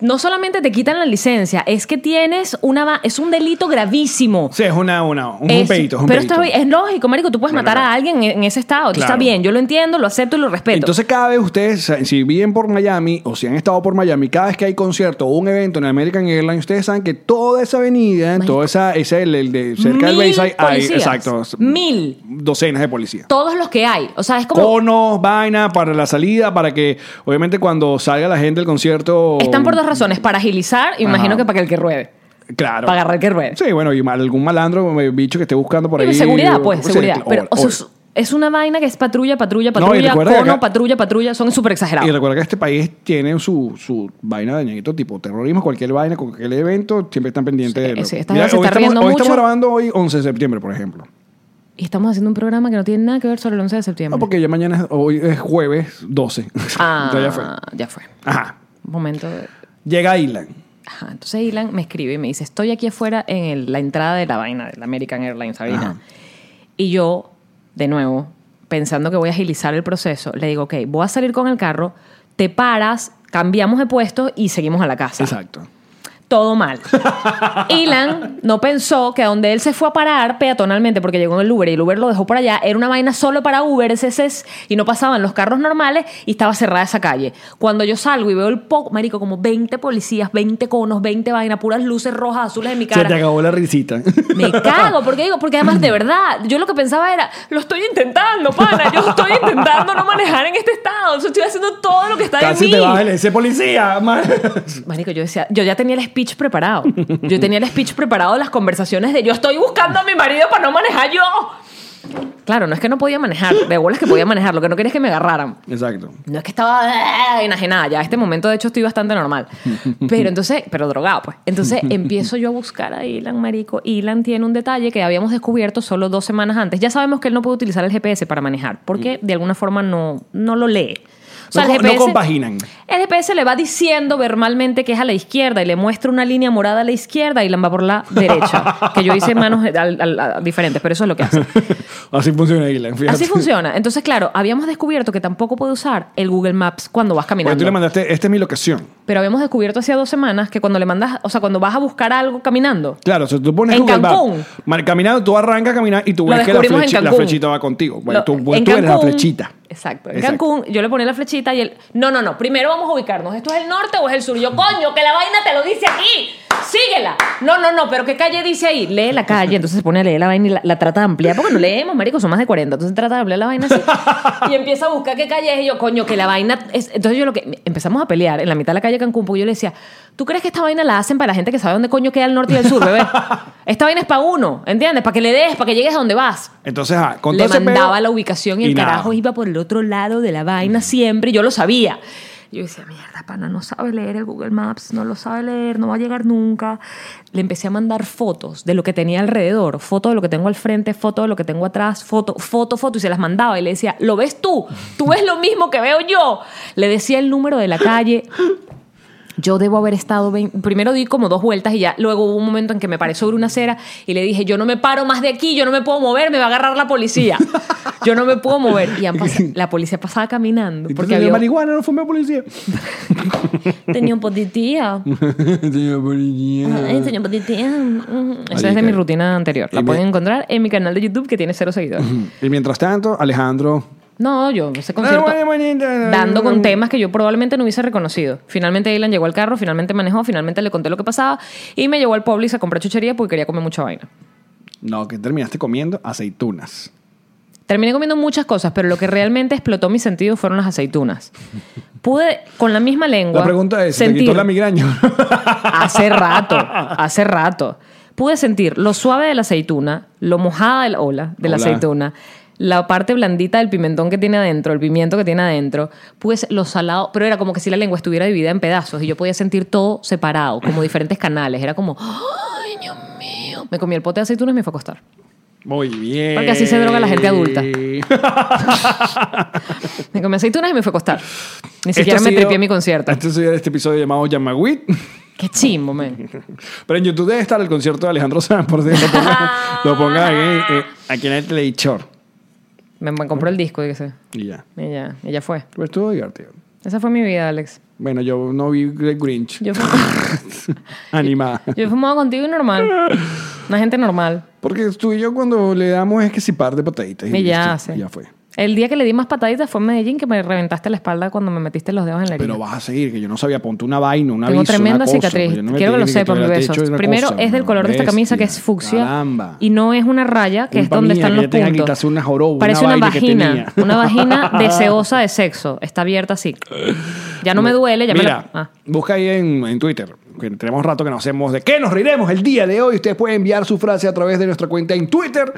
S1: No solamente te quitan la licencia, es que tienes una va- es un delito gravísimo.
S3: Sí, es una, una, un,
S1: Es-
S3: un pedito. es un
S1: pero
S3: pedito.
S1: esto es es lógico, marico, tú puedes
S3: Bueno,
S1: matar a
S3: claro.
S1: alguien en, en ese estado, Tú
S3: Claro.
S1: está bien, yo lo entiendo, lo acepto y lo respeto.
S3: Entonces cada vez ustedes, si viven por Miami o si han estado por Miami, cada vez que hay concierto o un evento en American Airlines, ustedes saben que toda esa avenida,
S1: Marico.
S3: toda esa, ese, el, el de cerca
S1: Mil
S3: del Bayside, hay,
S1: policías.
S3: exacto,
S1: Mil.
S3: docenas de policías.
S1: todos los que hay, o sea, es como
S3: conos, vaina para la salida, para que obviamente cuando salga la gente del concierto.
S1: están por dos razones, para agilizar, imagino que para que el que ruede,
S3: Claro.
S1: para agarrar el que ruede.
S3: Sí, bueno, y mal- algún malandro, o bicho que esté buscando por
S1: Y
S3: ahí.
S1: seguridad, pues,
S3: Sí,
S1: seguridad.
S3: claro,
S1: Pero, o sea,
S3: obvio.
S1: es- es una vaina que es patrulla, patrulla,
S3: No, y
S1: patrulla,
S3: recuerda que
S1: cono,
S3: acá-
S1: patrulla, patrulla. Son súper
S3: Y
S1: exagerados.
S3: recuerda que este país tiene su, su vaina de ñeguito tipo terrorismo, cualquier vaina, con cualquier evento, siempre están pendientes
S1: Sí,
S3: de lo
S1: sí,
S3: que-
S1: esta gente se
S3: hoy
S1: está
S3: estamos,
S1: riendo
S3: hoy
S1: mucho.
S3: estamos grabando hoy 11 de septiembre, por ejemplo.
S1: Y estamos haciendo un programa que no tiene nada que ver sobre el 11 de septiembre.
S3: No, Ah, porque ya mañana es, hoy es jueves 12.
S1: Ah,
S3: Entonces ya fue.
S1: ya fue.
S3: Ajá.
S1: Momento de-
S3: Llega Ilan.
S1: Ajá. Entonces Ilan me escribe y me dice, estoy aquí afuera en el- la entrada de la vaina de la American Airlines, Sabina.
S3: Ajá.
S1: Y yo, de nuevo, pensando que voy a agilizar el proceso, le digo, ok, voy a salir con el carro, te paras, cambiamos de puesto y seguimos a la casa.
S3: Exacto.
S1: todo mal. Ilan no pensó que a donde él se fue a parar peatonalmente, porque llegó en el Uber y el Uber lo dejó por allá, era una vaina solo para Uber, ese es, y no pasaban los carros normales y estaba cerrada esa calle. Cuando yo salgo y veo el poco, marico, como 20 policías, 20 conos, 20 vainas, puras luces rojas, azules en mi
S3: Se te
S1: cara.
S3: acabó la risita.
S1: Me cago, porque digo, porque además de verdad, yo lo que pensaba era, lo estoy intentando, pana, yo estoy intentando no manejar en este estado, yo estoy haciendo todo lo que está
S3: Casi
S1: en mí.
S3: te baja el ese policía. man.
S1: Marico, yo decía, yo ya tenía el speech preparado. Yo tenía el speech preparado, las conversaciones de yo estoy buscando a mi marido para no manejar yo. Claro, no es que no podía manejar, de bolas que podía manejar, lo que no quería es que me agarraran.
S3: Exacto.
S1: No es que estaba ah, enajenada, ya a este momento de hecho estoy bastante normal. Pero entonces, pero drogado pues. Entonces empiezo yo a buscar a Ilan, marico. Ilan tiene un detalle que habíamos descubierto solo dos semanas antes. Ya sabemos que él no puede utilizar el GPS para manejar, porque de alguna forma no, no lo lee. O
S3: No co- no compaginan.
S1: El GPS le va diciendo verbalmente que es a la izquierda y le muestra una línea morada a la izquierda y la va por la derecha. que yo hice manos eh, al- al- a- diferentes, pero eso es lo que hace.
S3: Así funciona Ilan, fíjate.
S1: Así funciona. Entonces, claro, habíamos descubierto que tampoco puede usar el Google Maps cuando vas
S3: Porque
S1: caminando.
S3: tú le mandaste, esta es mi locación.
S1: Pero habíamos descubierto hace dos semanas que cuando le mandas, o sea, cuando vas a buscar algo caminando,
S3: Claro, o sea, tú pones
S1: En
S3: Google Maps,
S1: Cancún.
S3: mar- caminando, tú arrancas a caminar y tú
S1: Lo
S3: ves que la,
S1: descubrimos en
S3: flechi- la
S1: Cancún.
S3: flechita va contigo. Bueno,
S1: Lo-
S3: tú, pues,
S1: en
S3: tú eres la
S1: Cancún-
S3: flechita.
S1: Exacto. En
S3: Exacto.
S1: Cancún, yo le ponía la flechita y él. No, no, no. Primero vamos a ubicarnos. ¿Esto es el norte o es el sur? Yo, coño, que la vaina te lo dice aquí. Síguela. No, no, no. Pero ¿qué calle dice ahí? Lee la calle. Entonces se pone a leer la vaina y la, la trata de ampliar. Porque no leemos, marico, son más de 40. Entonces trata de ampliar la vaina así. Y empieza a buscar qué calle es. Y yo, coño, que la vaina. es- Entonces yo lo que. Empezamos a pelear en la mitad de la calle de Cancún. Porque yo le decía, ¿tú crees que esta vaina la hacen para la gente que sabe dónde coño queda el norte y el sur, bebé? Esta vaina es para uno, ¿entiendes? Para que le des, para que llegues a donde vas
S3: Entonces, ah, con
S1: le
S3: todo ese pedo-
S1: mandaba la ubicación y, el
S3: nada.
S1: carajo iba por el otro lado de la vaina siempre. Yo lo sabía. Yo decía, mierda, pana, no sabe leer el Google Maps, no lo sabe leer, no va a llegar nunca. Le empecé a mandar fotos de lo que tenía alrededor, foto de lo que tengo al frente, foto de lo que tengo atrás, foto, foto, foto, y se las mandaba. Y le decía, ¿lo ves tú? ¿Tú ves lo mismo que veo yo? Le decía el número de la calle, yo debo haber estado. vein- Primero di como dos vueltas y ya. Luego hubo un momento en que me paré sobre una acera y le dije: Yo no me paro más de aquí, yo no me puedo mover, me va a agarrar la policía. Yo no me puedo mover. Y han pas- la policía pasaba caminando
S3: Y tú
S1: porque
S3: tenías
S1: había,
S3: marihuana, no fumé policía.
S1: tenía un potitía.
S3: Tenía policía.
S1: Ay, señor potitía. Esa es
S3: Marica.
S1: de mi rutina anterior. La
S3: Y
S1: pueden
S3: me-
S1: encontrar en mi canal de YouTube que tiene cero seguidores.
S3: Y mientras tanto, Alejandro.
S1: No, yo ese concierto dando con temas que yo probablemente no hubiese reconocido. Finalmente Dylan llegó al carro, finalmente manejó, finalmente le conté lo que pasaba y me llevó al Publix a comprar chuchería porque quería comer mucha vaina.
S3: No, que terminaste comiendo aceitunas.
S1: Terminé comiendo muchas cosas, pero lo que realmente explotó mis sentidos fueron las aceitunas. Pude con la misma lengua
S3: La pregunta es, ¿te
S1: sentir
S3: quitó la migraña?
S1: hace rato, hace rato. Pude sentir lo suave de la aceituna, lo mojada de la ola de la
S3: Hola.
S1: aceituna, la parte blandita del pimentón que tiene adentro, el pimiento que tiene adentro, pues lo salado, pero era como que si la lengua estuviera dividida en pedazos y yo podía sentir todo separado, como diferentes canales, era como, ay, Dios mío, me comí el pote de aceitunas y me fue a acostar.
S3: Muy bien.
S1: Porque así se droga la gente adulta. Me comí aceitunas y me fue a acostar. Ni siquiera me tripié mi concierto.
S3: Este ha sido este episodio llamado Yamagüit.
S1: Qué chimbo, men.
S3: Pero en YouTube debe estar el concierto de Alejandro Sanz, por si lo pongan, lo pongan ahí, eh, aquí en el televisor.
S1: Me, me compró el disco, y
S3: Y ya.
S1: Y ya, y ya fue.
S3: Pero estuvo divertido.
S1: Esa fue mi vida, Alex.
S3: Bueno, yo no vi The Grinch.
S1: Yo fui-
S3: Animada.
S1: Yo he fumado contigo y normal. Una gente normal.
S3: Porque tú y yo cuando le damos es que si par de pataditas.
S1: Y ya
S3: listo.
S1: sí.
S3: Ya fue.
S1: El día que le di más pataditas fue en Medellín que me reventaste la espalda cuando me metiste los dedos en la herida.
S3: Pero vas a seguir, que yo no sabía, ponte una vaina, una
S1: Tengo
S3: aviso, una
S1: tremenda
S3: cosa,
S1: cicatriz.
S3: yo no me
S1: Quiero que lo
S3: tenía
S1: sepas, mi
S3: tocar el
S1: beso.
S3: techo, una
S1: Primero
S3: cosa,
S1: es del
S3: una
S1: color de esta camisa que es
S3: bestia.
S1: fucsia
S3: Caramba.
S1: y no es una raya, que es
S3: Culpa
S1: donde
S3: mía
S1: están
S3: que
S1: los
S3: yo tenga que
S1: puntos.
S3: quitarse una joroba,
S1: Parece una,
S3: una vaina que
S1: vagina,
S3: tenía.
S1: una vagina deseosa de sexo. Está abierta así. Ya no me duele, ya
S3: Mira,
S1: me la... Ah.
S3: busca ahí en, en Twitter, que tenemos rato que nos hacemos de qué nos riremos el día de hoy. Ustedes pueden enviar su frase a través de nuestra cuenta en Twitter,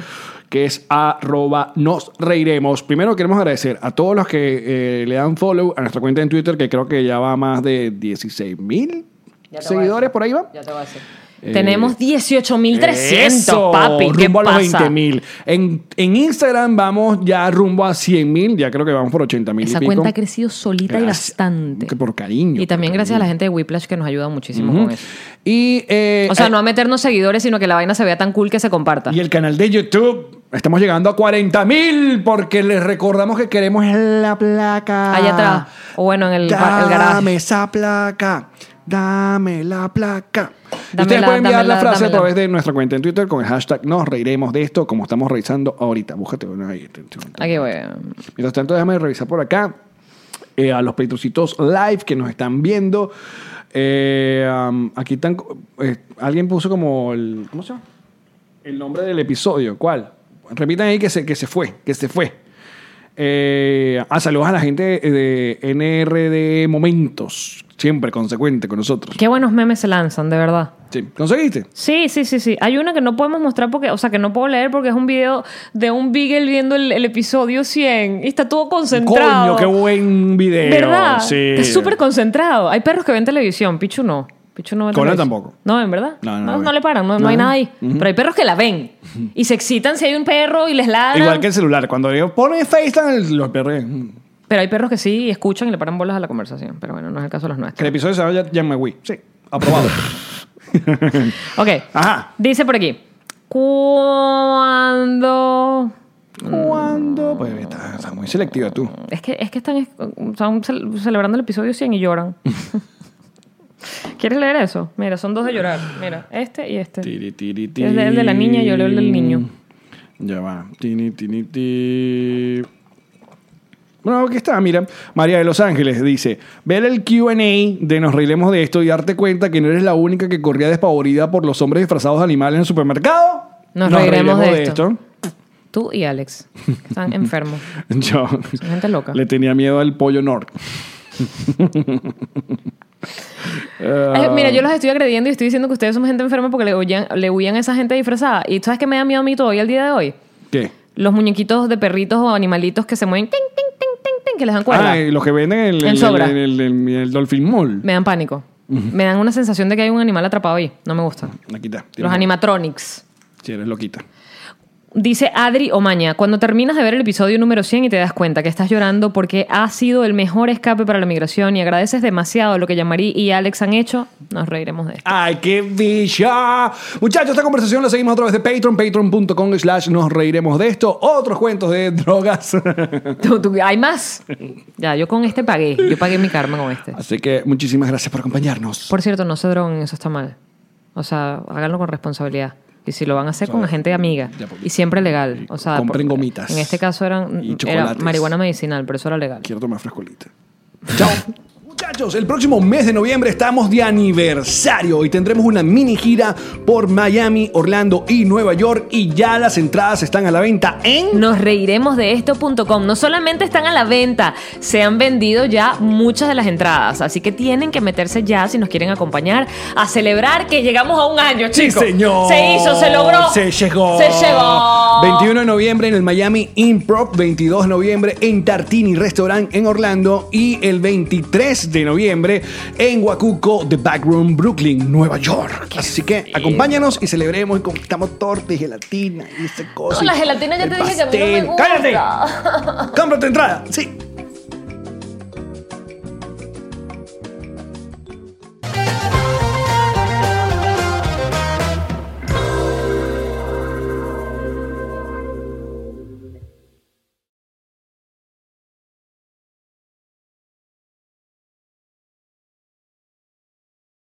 S3: que es arroba nos reiremos. Primero queremos agradecer a todos los que eh, le dan follow a nuestra cuenta en Twitter, que creo que ya va a más de 16 mil
S1: Ya te voy a
S3: seguidores
S1: decir.
S3: por ahí va.
S1: Ya te voy a decir.
S3: Eh,
S1: Tenemos 18.300,
S3: Eso,
S1: papi. ¿Qué
S3: rumbo a los
S1: pasa?
S3: 20 mil. En, en Instagram vamos ya rumbo a 100 mil, ya creo que vamos por 80 mil.
S1: Esa
S3: y pico.
S1: cuenta ha crecido solita
S3: Gracias.
S1: y bastante.
S3: Que por cariño.
S1: Y también
S3: por
S1: gracias a la
S3: cariño.
S1: gente de Whiplash que nos ayuda muchísimo con eso.
S3: Y, eh,
S1: O sea,
S3: eh,
S1: no a meternos seguidores, sino que la vaina se vea tan cool que se comparta.
S3: y el canal de YouTube. Estamos llegando a 40 mil porque les recordamos que queremos la placa.
S1: Allá atrás. O bueno, en el, pa- el
S3: Ah. Dame
S1: garaje.
S3: esa placa. Dame la placa.
S1: Dámela,
S3: Ustedes pueden enviar
S1: dámela,
S3: la frase
S1: dámela.
S3: a través de nuestra cuenta en Twitter con el hashtag nos reiremos de esto, como estamos revisando ahorita. Búscate una ahí.
S1: Aquí voy.
S3: Mientras tanto, déjame revisar por acá eh, a los Petrocitos Live que nos están viendo. Eh, um, aquí están. eh, alguien puso como el. ¿Cómo se llama? El nombre del episodio. ¿Cuál? Repitan ahí que se, que se fue, que se fue. Eh, ah, saludos a la gente de NRD Momentos. Siempre consecuente con nosotros.
S1: Qué buenos memes se lanzan, de verdad.
S3: Sí. ¿Conseguiste?
S1: Sí, sí, sí, sí. Hay una que no podemos mostrar porque, o sea, que no puedo leer porque es un video de un Beagle viendo el, el episodio 100 y está todo concentrado.
S3: Coño, qué buen video.
S1: ¿Verdad?
S3: Sí.
S1: Está súper concentrado. Hay perros que ven televisión. Pichu no. Pichu no ve
S3: Conan
S1: televisión.
S3: tampoco.
S1: No, en verdad.
S3: No,
S1: No,
S3: no,
S1: no,
S3: no ve.
S1: le paran. No, no
S3: No,
S1: hay
S3: no.
S1: nada ahí. Pero hay perros que la ven y se excitan si hay un perro y les ladran.
S3: Igual que el celular. Cuando yo pone FaceTime, los perros.
S1: Pero hay perros que sí escuchan y le paran bolas a la conversación. Pero bueno, no es el caso de los
S3: Que
S1: nuestros.
S3: el episodio se llama Jan- Jan Magui. Sí, aprobado.
S1: Ok.
S3: Ajá.
S1: Dice por aquí. Cuando.
S3: ¿Cuándo? Pues estás estás muy selectiva tú.
S1: Es que, es que están, es- están cel- celebrando el episodio 100 y lloran. ¿Quieres leer eso? Mira, son dos de llorar. Mira, este y este.
S3: Tiri, tiri,
S1: Es de- el de la niña, yo leo el del niño.
S3: Ya va. Tini, tini, ti. Bueno, aquí está, mira. María de Los Ángeles dice, ver el QA de Nos Reiremos de esto y darte cuenta que no eres la única que corría despavorida por los hombres disfrazados de animales en el supermercado.
S1: Nos reiremos de esto. Tú y Alex. Están enfermos.
S3: Yo
S1: Son gente loca.
S3: le tenía miedo al pollo Nord.
S1: Eh, mira, yo los estoy agrediendo y estoy diciendo que ustedes son gente enferma porque le huían, le huían a esa gente disfrazada. ¿Y tú sabes que me da miedo a mí todavía el día de hoy?
S3: ¿Qué?
S1: Los muñequitos de perritos o animalitos que se mueven, ting, ting, ting, ting, ting, que les dan cuerda.
S3: Ah, y los que venden en el,
S1: En
S3: en
S1: sobra.
S3: el- en el- en el Dolphin Mall.
S1: Me dan pánico. Me dan una sensación de que hay un animal atrapado ahí. No me gusta.
S3: Aquí está.
S1: Los animatronics.
S3: Si eres loquita.
S1: Dice Adri Omaña, cuando terminas de ver el episodio número 100 y te das cuenta que estás llorando porque ha sido el mejor escape para la migración y agradeces demasiado lo que Yamari y Alex han hecho, nos reiremos de esto.
S3: ¡Ay, qué bicha! Muchachos, esta conversación la seguimos a través de Patreon, patreon.com slash nos reiremos de esto. Otros cuentos de drogas.
S1: Tú- tú- ¿Hay más? Ya, yo con este pagué. Yo pagué mi karma con este.
S3: Así que muchísimas gracias por acompañarnos.
S1: Por cierto, no se droguen, eso está mal. O sea, háganlo con responsabilidad. Y si lo van a hacer con gente amiga.
S3: ya, porque-
S1: Y siempre legal. O sea,
S3: Compren
S1: por-
S3: gomitas.
S1: En este caso eran
S3: Y
S1: era
S3: chocolates.
S1: marihuana medicinal, pero eso era legal.
S3: Quiero tomar frescolita. Chao. Muchachos, el próximo mes de noviembre estamos de aniversario y tendremos una mini gira por Miami, Orlando y Nueva York y ya las entradas están a la venta en...
S1: Nos reiremos de esto.com. No solamente están a la venta, se han vendido ya muchas de las entradas. Así que tienen que meterse ya si nos quieren acompañar a celebrar que llegamos a un año,
S3: Sí,
S1: chicos.
S3: señor.
S1: Se hizo, se logró.
S3: Se llegó.
S1: Se llegó.
S3: 21 de noviembre en el Miami Improv, 22 de noviembre en Tartini Restaurant en Orlando y el 23 de noviembre en Huacuco, The Backroom, Brooklyn, Nueva York. Así que acompáñanos y celebremos y conquistamos torta y gelatina y esa cosa.
S1: No, la
S3: y
S1: gelatina ya
S3: el
S1: te dije que a mí no me
S3: pastel. ¡Cállate! ¡Cómprate entrada! Sí.